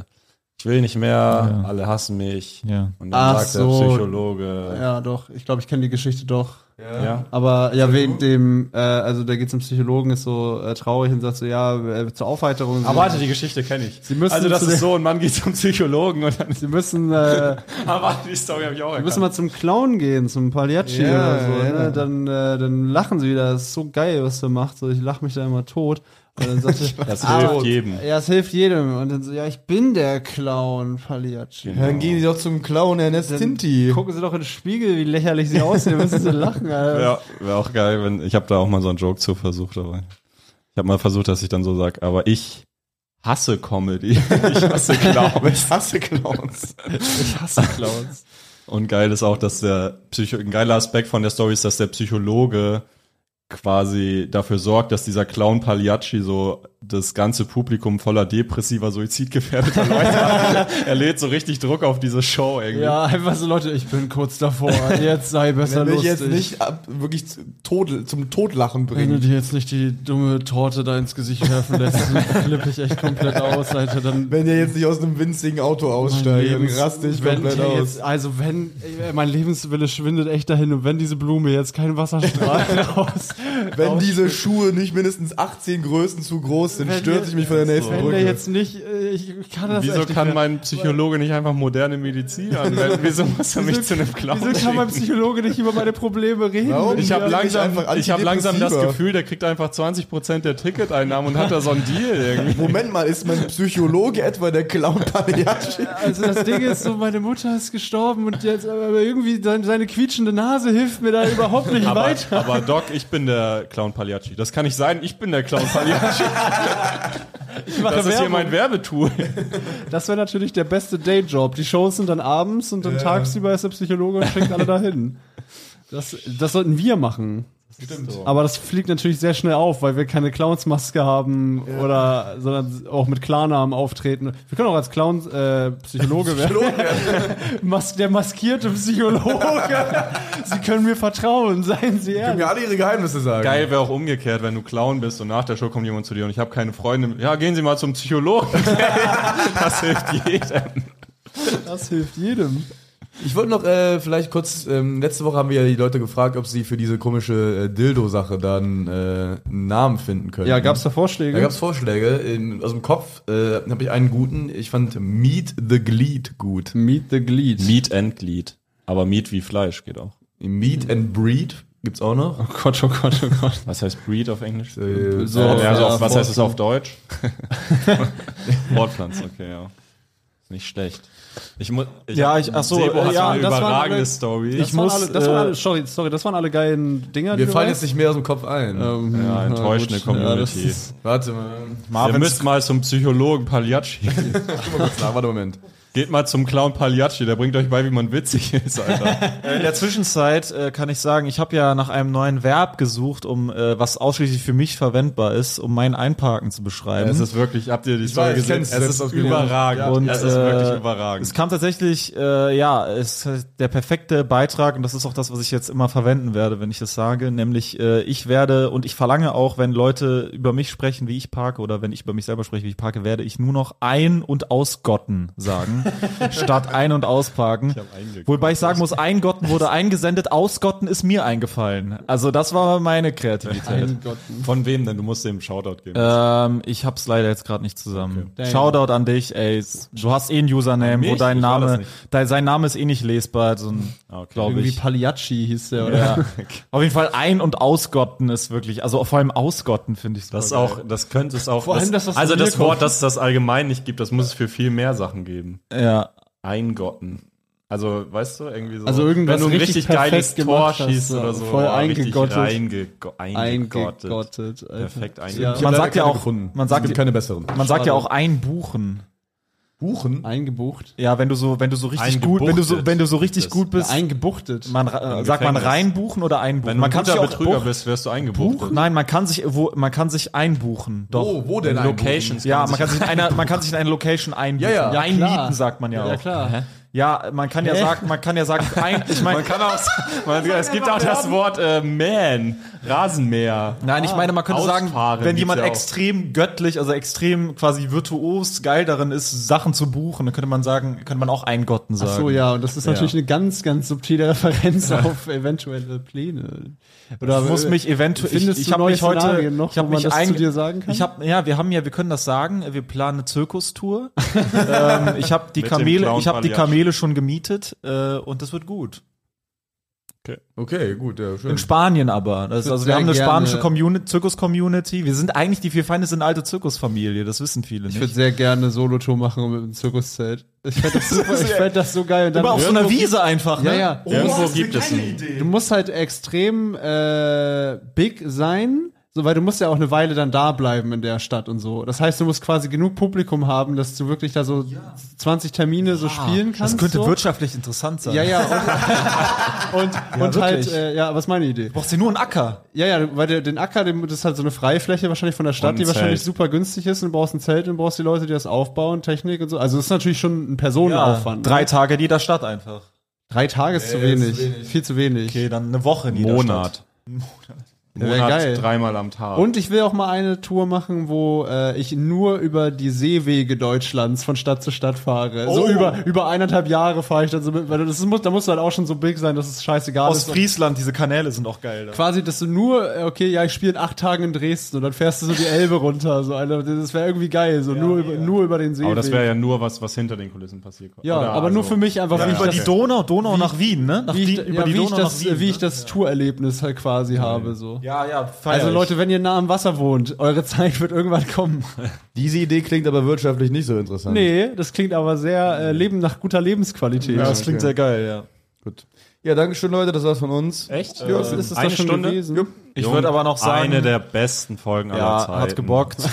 S3: ich will nicht mehr, alle hassen mich.
S4: Ja.
S3: Und dann
S2: Ach
S3: sagt
S2: so.
S3: der Psychologe,
S2: Ja, doch. Ich glaube, ich kenne die Geschichte doch.
S3: ja.
S2: Aber ja, wegen dem, äh, also da geht zum Psychologen, ist so äh, traurig und sagt so, ja, äh, zur Aufheiterung.
S3: Aber warte, die Geschichte kenne ich.
S2: Sie müssen
S3: also das
S2: zu
S3: ist
S2: den-
S3: so, ein Mann geht zum Psychologen und dann
S2: Sie müssen, äh,
S3: Ah, warte, die Story habe ich auch
S2: Sie müssen mal zum Clown gehen, zum Pagliacci oder so. Ne? Dann, äh, dann lachen sie wieder. Das ist so geil, was du machst. So, ich lache mich da immer tot. Und dann sagt er,
S3: Das
S2: "Ah,
S3: hilft jedem.
S2: Ja, es hilft jedem. Und dann so, ja, ich bin der Clown, Pagliacci.
S3: Genau.
S5: Dann gehen die doch zum Clown Ernest Tinti.
S2: Gucken sie doch in den Spiegel, wie lächerlich sie aussehen. Müssen sie lachen, Alter.
S3: Ja, wäre auch geil, wenn ich habe da auch mal so einen Joke zu versucht, aber ich habe mal versucht, dass ich dann so sage, aber ich hasse Comedy. Ich hasse Clowns.
S5: Hasse Clowns.
S3: Ich hasse Clowns. Und geil ist auch, dass der Psycho ein geiler Aspekt von der Story ist, dass der Psychologe quasi dafür sorgt, dass dieser Clown Pagliacci so das ganze Publikum voller depressiver, suizidgefährdeter Leute hat. er lädt so richtig Druck auf diese Show irgendwie.
S2: Ja, einfach so, Leute, ich bin kurz davor. Jetzt sei besser
S1: Wenn mich
S2: lustig.
S1: jetzt nicht ab, wirklich zu- tot, zum Totlachen
S2: Wenn du
S1: bringen.
S2: dir jetzt nicht die dumme Torte da ins Gesicht werfen lässt, dann flippe ich echt komplett aus, Alter. Dann
S1: Wenn ihr jetzt nicht aus einem winzigen Auto
S2: Mein
S1: aussteigt, dann
S2: Lebens-
S1: raste ich
S2: wenn
S1: komplett
S2: der
S1: aus.
S2: Jetzt, also wenn äh, mein Lebenswille schwindet echt dahin und wenn diese Blume jetzt keinen Wasserstrahl raus,
S1: Wenn
S2: raus-
S1: diese Schuhe nicht mindestens 18 Größen zu groß sind,
S2: Wenn
S1: stürze
S2: ihr-
S1: ich mich von der nächsten
S2: wenn der
S1: Brücke.
S2: jetzt nicht, äh, ich kann das
S3: Wieso
S2: echt nicht
S3: kann
S2: mehr.
S3: mein Psychologe nicht einfach moderne Medizin anwenden? Wieso muss er mich zu einem Clown
S2: Wieso kann mein
S3: schicken?
S2: Psychologe nicht über meine Probleme reden?
S1: Warum?
S3: Ich habe
S1: Ja, nicht
S3: langsam,
S1: einfach
S3: ich hab langsam das
S1: Antidepressiva.
S3: Gefühl, der kriegt einfach 20% der Ticketeinnahmen und hat da so einen Deal irgendwie.
S1: Moment mal, ist mein Psychologe etwa der Clown Pagliacci?
S2: Also das Ding ist so, meine Mutter ist gestorben und jetzt aber irgendwie sein- seine quietschende Nase hilft mir da überhaupt nicht
S3: Aber,
S2: weiter.
S3: aber Doc, ich bin der Clown Pagliacci. Das kann nicht sein, ich bin der Clown Pagliacci. Das ist hier
S2: Werbung.
S3: mein Werbetool.
S2: Das wäre natürlich der beste Dayjob. Die Shows sind dann abends und dann tagsüber ist der Psychologe und schickt alle dahin. Das, das sollten wir machen. Stimmt. Aber das fliegt natürlich sehr schnell auf, weil wir keine Clownsmaske haben oder sondern auch mit Klarnamen auftreten. Wir können auch als Clown äh, Psychologe werden. Mas der maskierte Psychologe. Sie können mir vertrauen, seien Sie ehrlich.
S5: mir alle ihre Geheimnisse sagen.
S3: Geil wäre auch umgekehrt, wenn du Clown bist und nach der Show kommt jemand zu dir und ich habe keine Freunde. Ja, gehen Sie mal zum Psychologen. das hilft jedem.
S2: Das hilft jedem.
S1: Ich wollte noch äh, vielleicht kurz, ähm, letzte Woche haben wir ja die Leute gefragt, ob sie für diese komische äh, Dildo-Sache dann äh, einen Namen finden können.
S2: Ja, gab es da
S1: Da
S2: Vorschläge?
S1: gab es Vorschläge. In, aus dem Kopf äh, habe ich einen guten. Ich fand Meet the Gleed gut.
S2: Meet the Glied.
S3: Meat and Glied. Aber Meat wie Fleisch geht auch.
S1: Meet and Breed gibt's auch noch.
S2: Oh Gott, oh Gott, oh Gott.
S3: Was heißt Breed auf Englisch?
S1: Äh,
S2: So,
S3: ja, also auf, was
S2: Vor-
S3: heißt das auf Deutsch? Wortpflanz, okay, ja. Nicht schlecht. Ich muss. Ich
S4: Ja,
S3: hab-
S4: ich- ach so,
S3: Sebo
S4: äh,
S3: hat
S4: ja,
S3: so eine
S4: das waren
S3: überragende
S4: alle-
S3: Story.
S2: Ich muss, alle, das waren
S4: äh,
S2: alle, sorry, sorry, das waren alle geilen Dinger.
S1: wir
S2: die du
S1: fallen
S2: weißt.
S1: jetzt nicht mehr aus dem Kopf ein.
S2: Ähm,
S3: ja, enttäuschende
S2: gut, ja, das
S3: Community.
S2: ist-
S1: Warte mal.
S3: Ihr müsst mal zum Psychologen Pagliacci.
S1: Na, warte Moment.
S3: Geht mal zum Clown Pagliacci, der bringt euch bei, wie man witzig ist, Alter.
S4: In der Zwischenzeit äh, kann ich sagen, ich habe ja nach einem neuen Verb gesucht, um äh, was ausschließlich für mich verwendbar ist, um mein Einparken zu beschreiben.
S3: es ist wirklich, habt ihr die Story
S1: weiß, ich
S3: gesehen?
S1: kenn's,
S3: Es
S1: das
S3: ist,
S1: ist aus-
S3: überragend.
S4: Und,
S3: es ist wirklich
S4: äh,
S3: überragend.
S4: Es kam tatsächlich, äh, ja, es ist der perfekte Beitrag und das ist auch das, was ich jetzt immer verwenden werde, wenn ich das sage, nämlich äh, ich werde und ich verlange auch, wenn Leute über mich sprechen, wie ich parke oder wenn ich über mich selber spreche, wie ich parke, werde ich nur noch ein- und ausgotten sagen, statt ein- und ausparken. Wobei ich sagen muss, eingotten wurde eingesendet, ausgotten ist mir eingefallen. Also das war meine Kreativität.
S3: Von wem denn? Du musst dem Shoutout geben.
S4: Ähm, ich hab's leider jetzt gerade nicht zusammen. Shoutout an dich, ey. Du hast eh ein Username, wo
S3: mich?
S4: dein
S3: Ich war das
S4: Name,
S3: nicht. Ah,
S4: dein, sein Name ist eh nicht lesbar, so ein, glaube
S2: Irgendwie
S4: ich.
S2: Pagliacci hieß der, oder?
S4: Ja. Auf jeden Fall ein- und ausgotten ist wirklich, also vor allem ausgotten finde ich
S3: Das ist auch, das könnte es auch. Vor
S2: allem das, was
S3: also
S2: von mir
S3: das Wort, das es das allgemein nicht gibt, das muss es für viel mehr Sachen geben.
S4: Ja.
S3: Eingotten. Also, weißt du, irgendwie so.
S2: Also irgendwas
S3: wenn du ein
S2: richtig
S3: richtig, geiles
S2: perfekt
S3: Tor
S2: gemacht hast,
S3: schießt
S2: so
S3: oder so.
S2: voll
S3: boah, richtig
S2: eingegottet.
S3: reingego- eingegottet.
S2: Eingegottet. Äh, Alter.
S3: Perfekt
S2: Ja.
S3: eingegottet.
S4: Man sagt ja auch, man
S5: Es
S4: sagt,
S5: gibt keine besseren.
S4: man sagt ja
S2: Schade.
S4: auch einbuchen.
S5: Buchen?
S2: Eingebucht.
S4: Ja, wenn du so, wenn du so richtig gut, wenn du so,
S3: Eingebuchtet
S4: wenn du so richtig
S3: ist
S4: gut bist,
S2: Eingebuchtet.
S4: man, äh, sagt man
S3: Gefängnis.
S4: reinbuchen oder einbuchen.
S3: Wenn du
S4: man
S3: ein
S4: kann sich
S3: guter
S4: auch
S3: Betrüger
S4: buchen.
S3: bist, wirst du eingebuchtet.
S4: Nein, man kann sich, wo, man kann sich einbuchen. Doch.
S5: Wo, wo denn einbuchen?
S3: Locations.
S4: Ja, man kann sich in einer, man kann sich in eine Location einbuchen.
S5: Ja, ja.
S2: Ja, klar.
S4: einmieten, sagt man ja,
S2: ja,
S4: auch.
S2: klar.
S4: Ja, man kann ja sagen, man kann ja sagen, ein, ich meine,
S3: Man kann auch, man, es gibt auch das Wort äh, Man, Rasenmäher.
S4: nein, ich meine, man könnte sagen,
S3: Ausfahren
S4: wenn
S3: gibt's
S4: jemand
S3: ja auch.
S4: extrem göttlich, also extrem quasi virtuos geil darin ist, Sachen zu buchen, dann könnte man sagen, könnte man auch einen Gotten sagen.
S2: So, ja, und das ist natürlich eine ganz, ganz subtile Referenz auf eventuelle Pläne. Oder äh,
S4: Ich muss mich eventuell. Ich,
S2: Findest
S4: ich
S2: du
S4: habe
S2: neue
S4: mich heute.
S2: Szenarien noch,
S4: ich habe
S2: wo man
S4: mich
S2: das zu
S4: einge-
S2: dir sagen kann?
S4: Ich habe ja, wir haben ja, wir können das sagen. Wir planen eine Zirkustour. ähm, ich habe die
S3: Mit dem
S4: Kamele,
S3: Clown
S4: ich habe die
S3: Pagliacci.
S4: Kamele schon gemietet äh, und das wird
S2: Hm.
S4: gut.
S5: Okay, gut, ja, schön.
S4: In Spanien aber. Das, also
S2: würd
S4: wir
S2: sehr
S4: haben eine
S2: gerne-
S4: spanische Community, Zirkus-Community. Wir sind eigentlich, die vier Feinde sind eine alte Zirkusfamilie. Das wissen viele
S2: ich
S4: nicht.
S2: würde sehr gerne eine Solo-Tour machen mit dem Zirkuszelt. Ich fände das, super, ich fänd das so geil. Und dann
S4: aber auf so einer
S2: irgendwo-
S4: Wiese einfach, ne?
S2: Ja, ja.
S3: Irgendwo gibt es einen.
S2: Du musst halt extrem äh, big sein, So, weil du musst ja auch eine Weile dann da bleiben in der Stadt und so. Das heißt, du musst quasi genug Publikum haben, dass du wirklich da so 20 Termine so spielen kannst.
S4: Das könnte
S2: so.
S4: wirtschaftlich interessant sein.
S2: Ja, ja. Und, und, und halt,
S4: wirklich.
S2: äh, ja, was ist meine Idee?
S4: Du brauchst ja nur einen Acker.
S2: Ja, ja, weil der, den Acker, dem- das ist halt so eine Freifläche wahrscheinlich von der Stadt,
S3: Und ein
S2: die wahrscheinlich
S3: Zelt.
S2: super günstig ist. Und du brauchst ein Zelt und du brauchst die Leute, die das aufbauen, Technik und so. Also das ist natürlich schon ein Personenaufwand. ne?
S4: Drei Tage in jeder Stadt einfach.
S2: Drei Tage ist zu, wenig. Viel zu wenig.
S4: Okay, dann eine Woche in jeder Stadt.
S3: Monat.
S2: wär
S3: Monat
S2: geil.
S3: dreimal am Tag.
S2: Und ich will auch mal eine Tour machen, wo äh, ich nur über die Seewege Deutschlands von Stadt zu Stadt fahre.
S4: Oh.
S2: So über, über eineinhalb Jahre fahre ich dann so mit, weil das muss, da musst du halt auch schon so big sein, dass es scheißegal
S4: Aus
S2: ist.
S4: Friesland, diese Kanäle sind auch geil. Da.
S2: Quasi, dass du nur, äh, okay, ja, ich spiele in acht Tagen in Dresden und dann fährst du so die Elbe runter. So, Alter, das wäre irgendwie geil, so nur, über, nur über den Seeweg.
S3: aber das wäre ja nur was, was hinter den Kulissen passiert.
S2: ja,
S3: Oder
S2: aber nur
S3: also-
S2: für mich einfach, wie ich
S4: Über
S2: das,
S4: die Donau, Donau nach Wien, ne? Nach
S2: wie ich,
S4: Wien,
S2: ja, wie ich das, wie ich
S4: ne?
S2: das Tourerlebnis halt quasi habe. So.
S4: Ja, ja, feier
S2: also
S4: ich.
S2: Leute, wenn ihr nah am Wasser wohnt, eure Zeit wird irgendwann kommen.
S1: Diese Idee klingt aber wirtschaftlich nicht so interessant.
S2: Nee, das klingt aber sehr äh, Leben nach guter Lebensqualität.
S4: Ja, das klingt sehr geil, ja.
S1: Gut. Ja, Dankeschön, Leute, das war's von uns.
S4: Echt?
S2: Ja,
S1: äh,
S2: das ist das
S3: eine
S2: doch schon
S3: Stunde?
S2: gewesen.
S4: Ich würde aber noch sagen,
S3: Eine der besten Folgen aller
S4: ja,
S3: Zeiten.
S4: hat gebockt.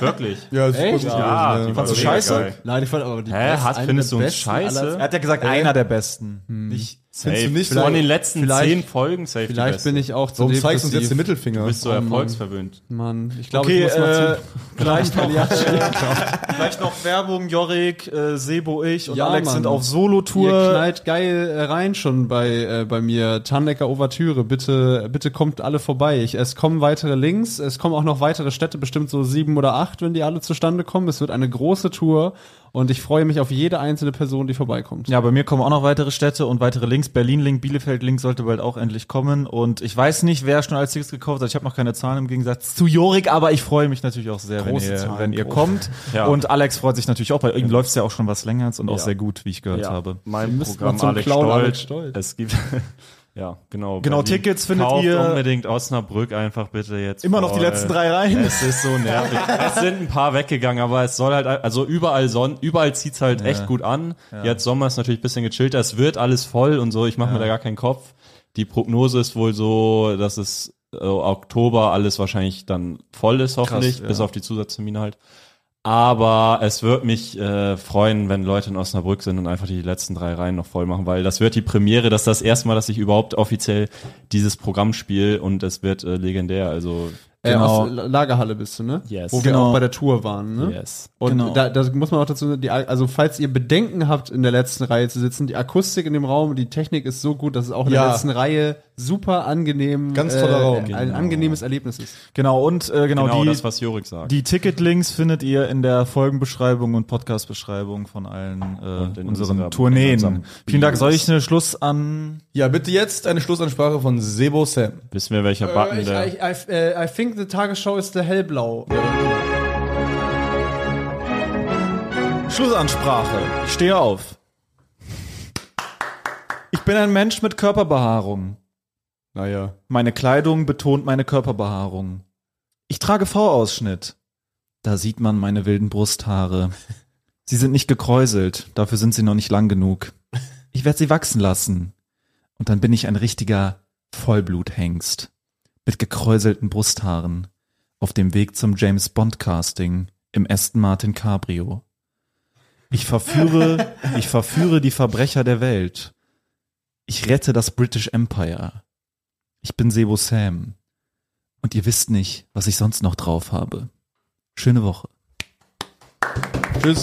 S3: Wirklich.
S1: Ja, das
S2: Echt?
S1: ist gut.
S3: Ja, die war
S4: Fandst du
S3: mega
S4: scheiße?
S3: geil.
S2: Nein, ich fand aber die
S3: Hä,
S2: best-
S3: hat,
S2: eine
S3: findest
S2: der
S3: du uns
S2: besten
S3: scheiße?
S4: Er hat ja gesagt, einer der besten. Nicht
S3: Safe.
S1: du nicht
S3: Von
S1: so-
S3: den letzten
S2: vielleicht-
S3: zehn Folgen safe die
S2: Vielleicht
S3: beste.
S2: bin ich auch zu
S1: Warum zeigst du uns jetzt den
S2: depressiv.
S1: Mittelfinger?
S3: Du bist so erfolgsverwöhnt.
S2: Mann, ich glaube,
S4: Okay,
S2: ich muss mal
S4: äh, vielleicht, noch, äh, vielleicht noch Werbung, Jorik, äh, Sebo, ich und
S2: Ja,
S4: Alex
S2: Mann.
S4: sind auf
S2: zu... Ihr
S4: Solo-Tour.
S2: knallt geil äh, rein schon bei, äh, bei mir. Tannecker Overtüre, bitte, bitte kommt alle vorbei. Ich, es kommen weitere Links, es kommen auch noch weitere Städte, bestimmt so sieben oder acht, wenn die alle zustande kommen. Es wird eine große Tour und ich freue mich auf jede einzelne Person, die vorbeikommt.
S4: Ja, bei mir kommen auch noch weitere Städte und weitere Links. Berlin-Link, Bielefeld-Link sollte bald auch endlich kommen. Und ich weiß nicht, wer schon als Tickets gekauft hat. Ich habe noch keine Zahlen im Gegensatz zu Jorik, aber ich freue mich natürlich auch sehr, wenn ihr, wenn ihr kommt.
S3: Ja.
S4: Und Alex freut sich natürlich auch, weil irgendwie läuft's ja auch schon was länger und auch sehr gut, wie ich gehört habe.
S3: Mein
S2: müssten
S3: Programm
S2: mal zum
S3: Alex
S2: Clown
S3: Stolz.
S2: Alex Stolz.
S3: Es gibt. ja, genau.
S4: Genau,
S3: Berlin.
S4: Tickets findet
S3: Kauft
S4: ihr-
S3: unbedingt Osnabrück einfach bitte jetzt.
S4: Immer noch die
S3: voll.
S4: letzten drei Reihen.
S3: Es ist so nervig. es sind ein paar weggegangen, aber es soll halt, also überall Sonn, überall zieht's halt echt gut an. Jetzt Sommer ist natürlich ein bisschen gechillter, es wird alles voll und so, ich mache mir da gar keinen Kopf. Die Prognose ist wohl so, dass es äh, Oktober alles wahrscheinlich dann voll ist, hoffentlich, bis auf die Zusatztermine halt. Aber es wird mich äh, freuen, wenn Leute in Osnabrück sind und einfach die letzten drei Reihen noch voll machen, weil das wird die Premiere, das ist das erste Mal, dass ich überhaupt offiziell dieses Programm spiele und es wird äh, legendär. Also
S2: Genau.
S4: Genau.
S2: Äh, aus La- Lagerhalle bist du, ne?
S3: Yes.
S2: Wo wir
S4: Genau.
S2: auch bei der Tour waren, ne?
S3: Yes.
S2: Und
S4: Genau.
S2: da, da muss man auch dazu, die, A- also falls ihr Bedenken habt, in der letzten Reihe zu sitzen, die Akustik in dem Raum und die Technik ist so gut, dass es auch in der
S1: Ja.
S2: letzten Reihe super angenehm, äh,
S1: Ganz toller Raum.
S2: ein angenehmes Erlebnis ist.
S4: Genau, und äh, genau,
S3: genau
S4: die,
S3: das, was Jurik sagt.
S4: Die Ticketlinks findet ihr in der Folgenbeschreibung und Podcast-Beschreibung von allen äh, unseren
S3: in unserer- in unserem
S4: Tourneen. Vielen Dank.
S3: Bios.
S4: Soll ich eine Schluss an?
S1: Ja, bitte jetzt eine Schlussansprache von Sebo Sam.
S3: Wissen wir,
S2: Äh,
S3: welcher Button der.
S2: I think the Tagesschau ist der hellblau.
S4: Schlussansprache. Ich stehe auf. Ich bin ein Mensch mit Körperbehaarung.
S1: Naja.
S4: Meine Kleidung betont meine Körperbehaarung. Ich trage V-Ausschnitt. Da sieht man meine wilden Brusthaare. Sie sind nicht gekräuselt, dafür sind sie noch nicht lang genug. Ich werde sie wachsen lassen. Und dann bin ich ein richtiger Vollbluthengst. Mit gekräuselten Brusthaaren. Auf dem Weg zum James Bond Casting im Aston Martin Cabrio. Ich verführe, ich verführe die Verbrecher der Welt. Ich rette das British Empire. Ich bin Sebo Sam. Und ihr wisst nicht, was ich sonst noch drauf habe. Schöne Woche.
S1: Tschüss.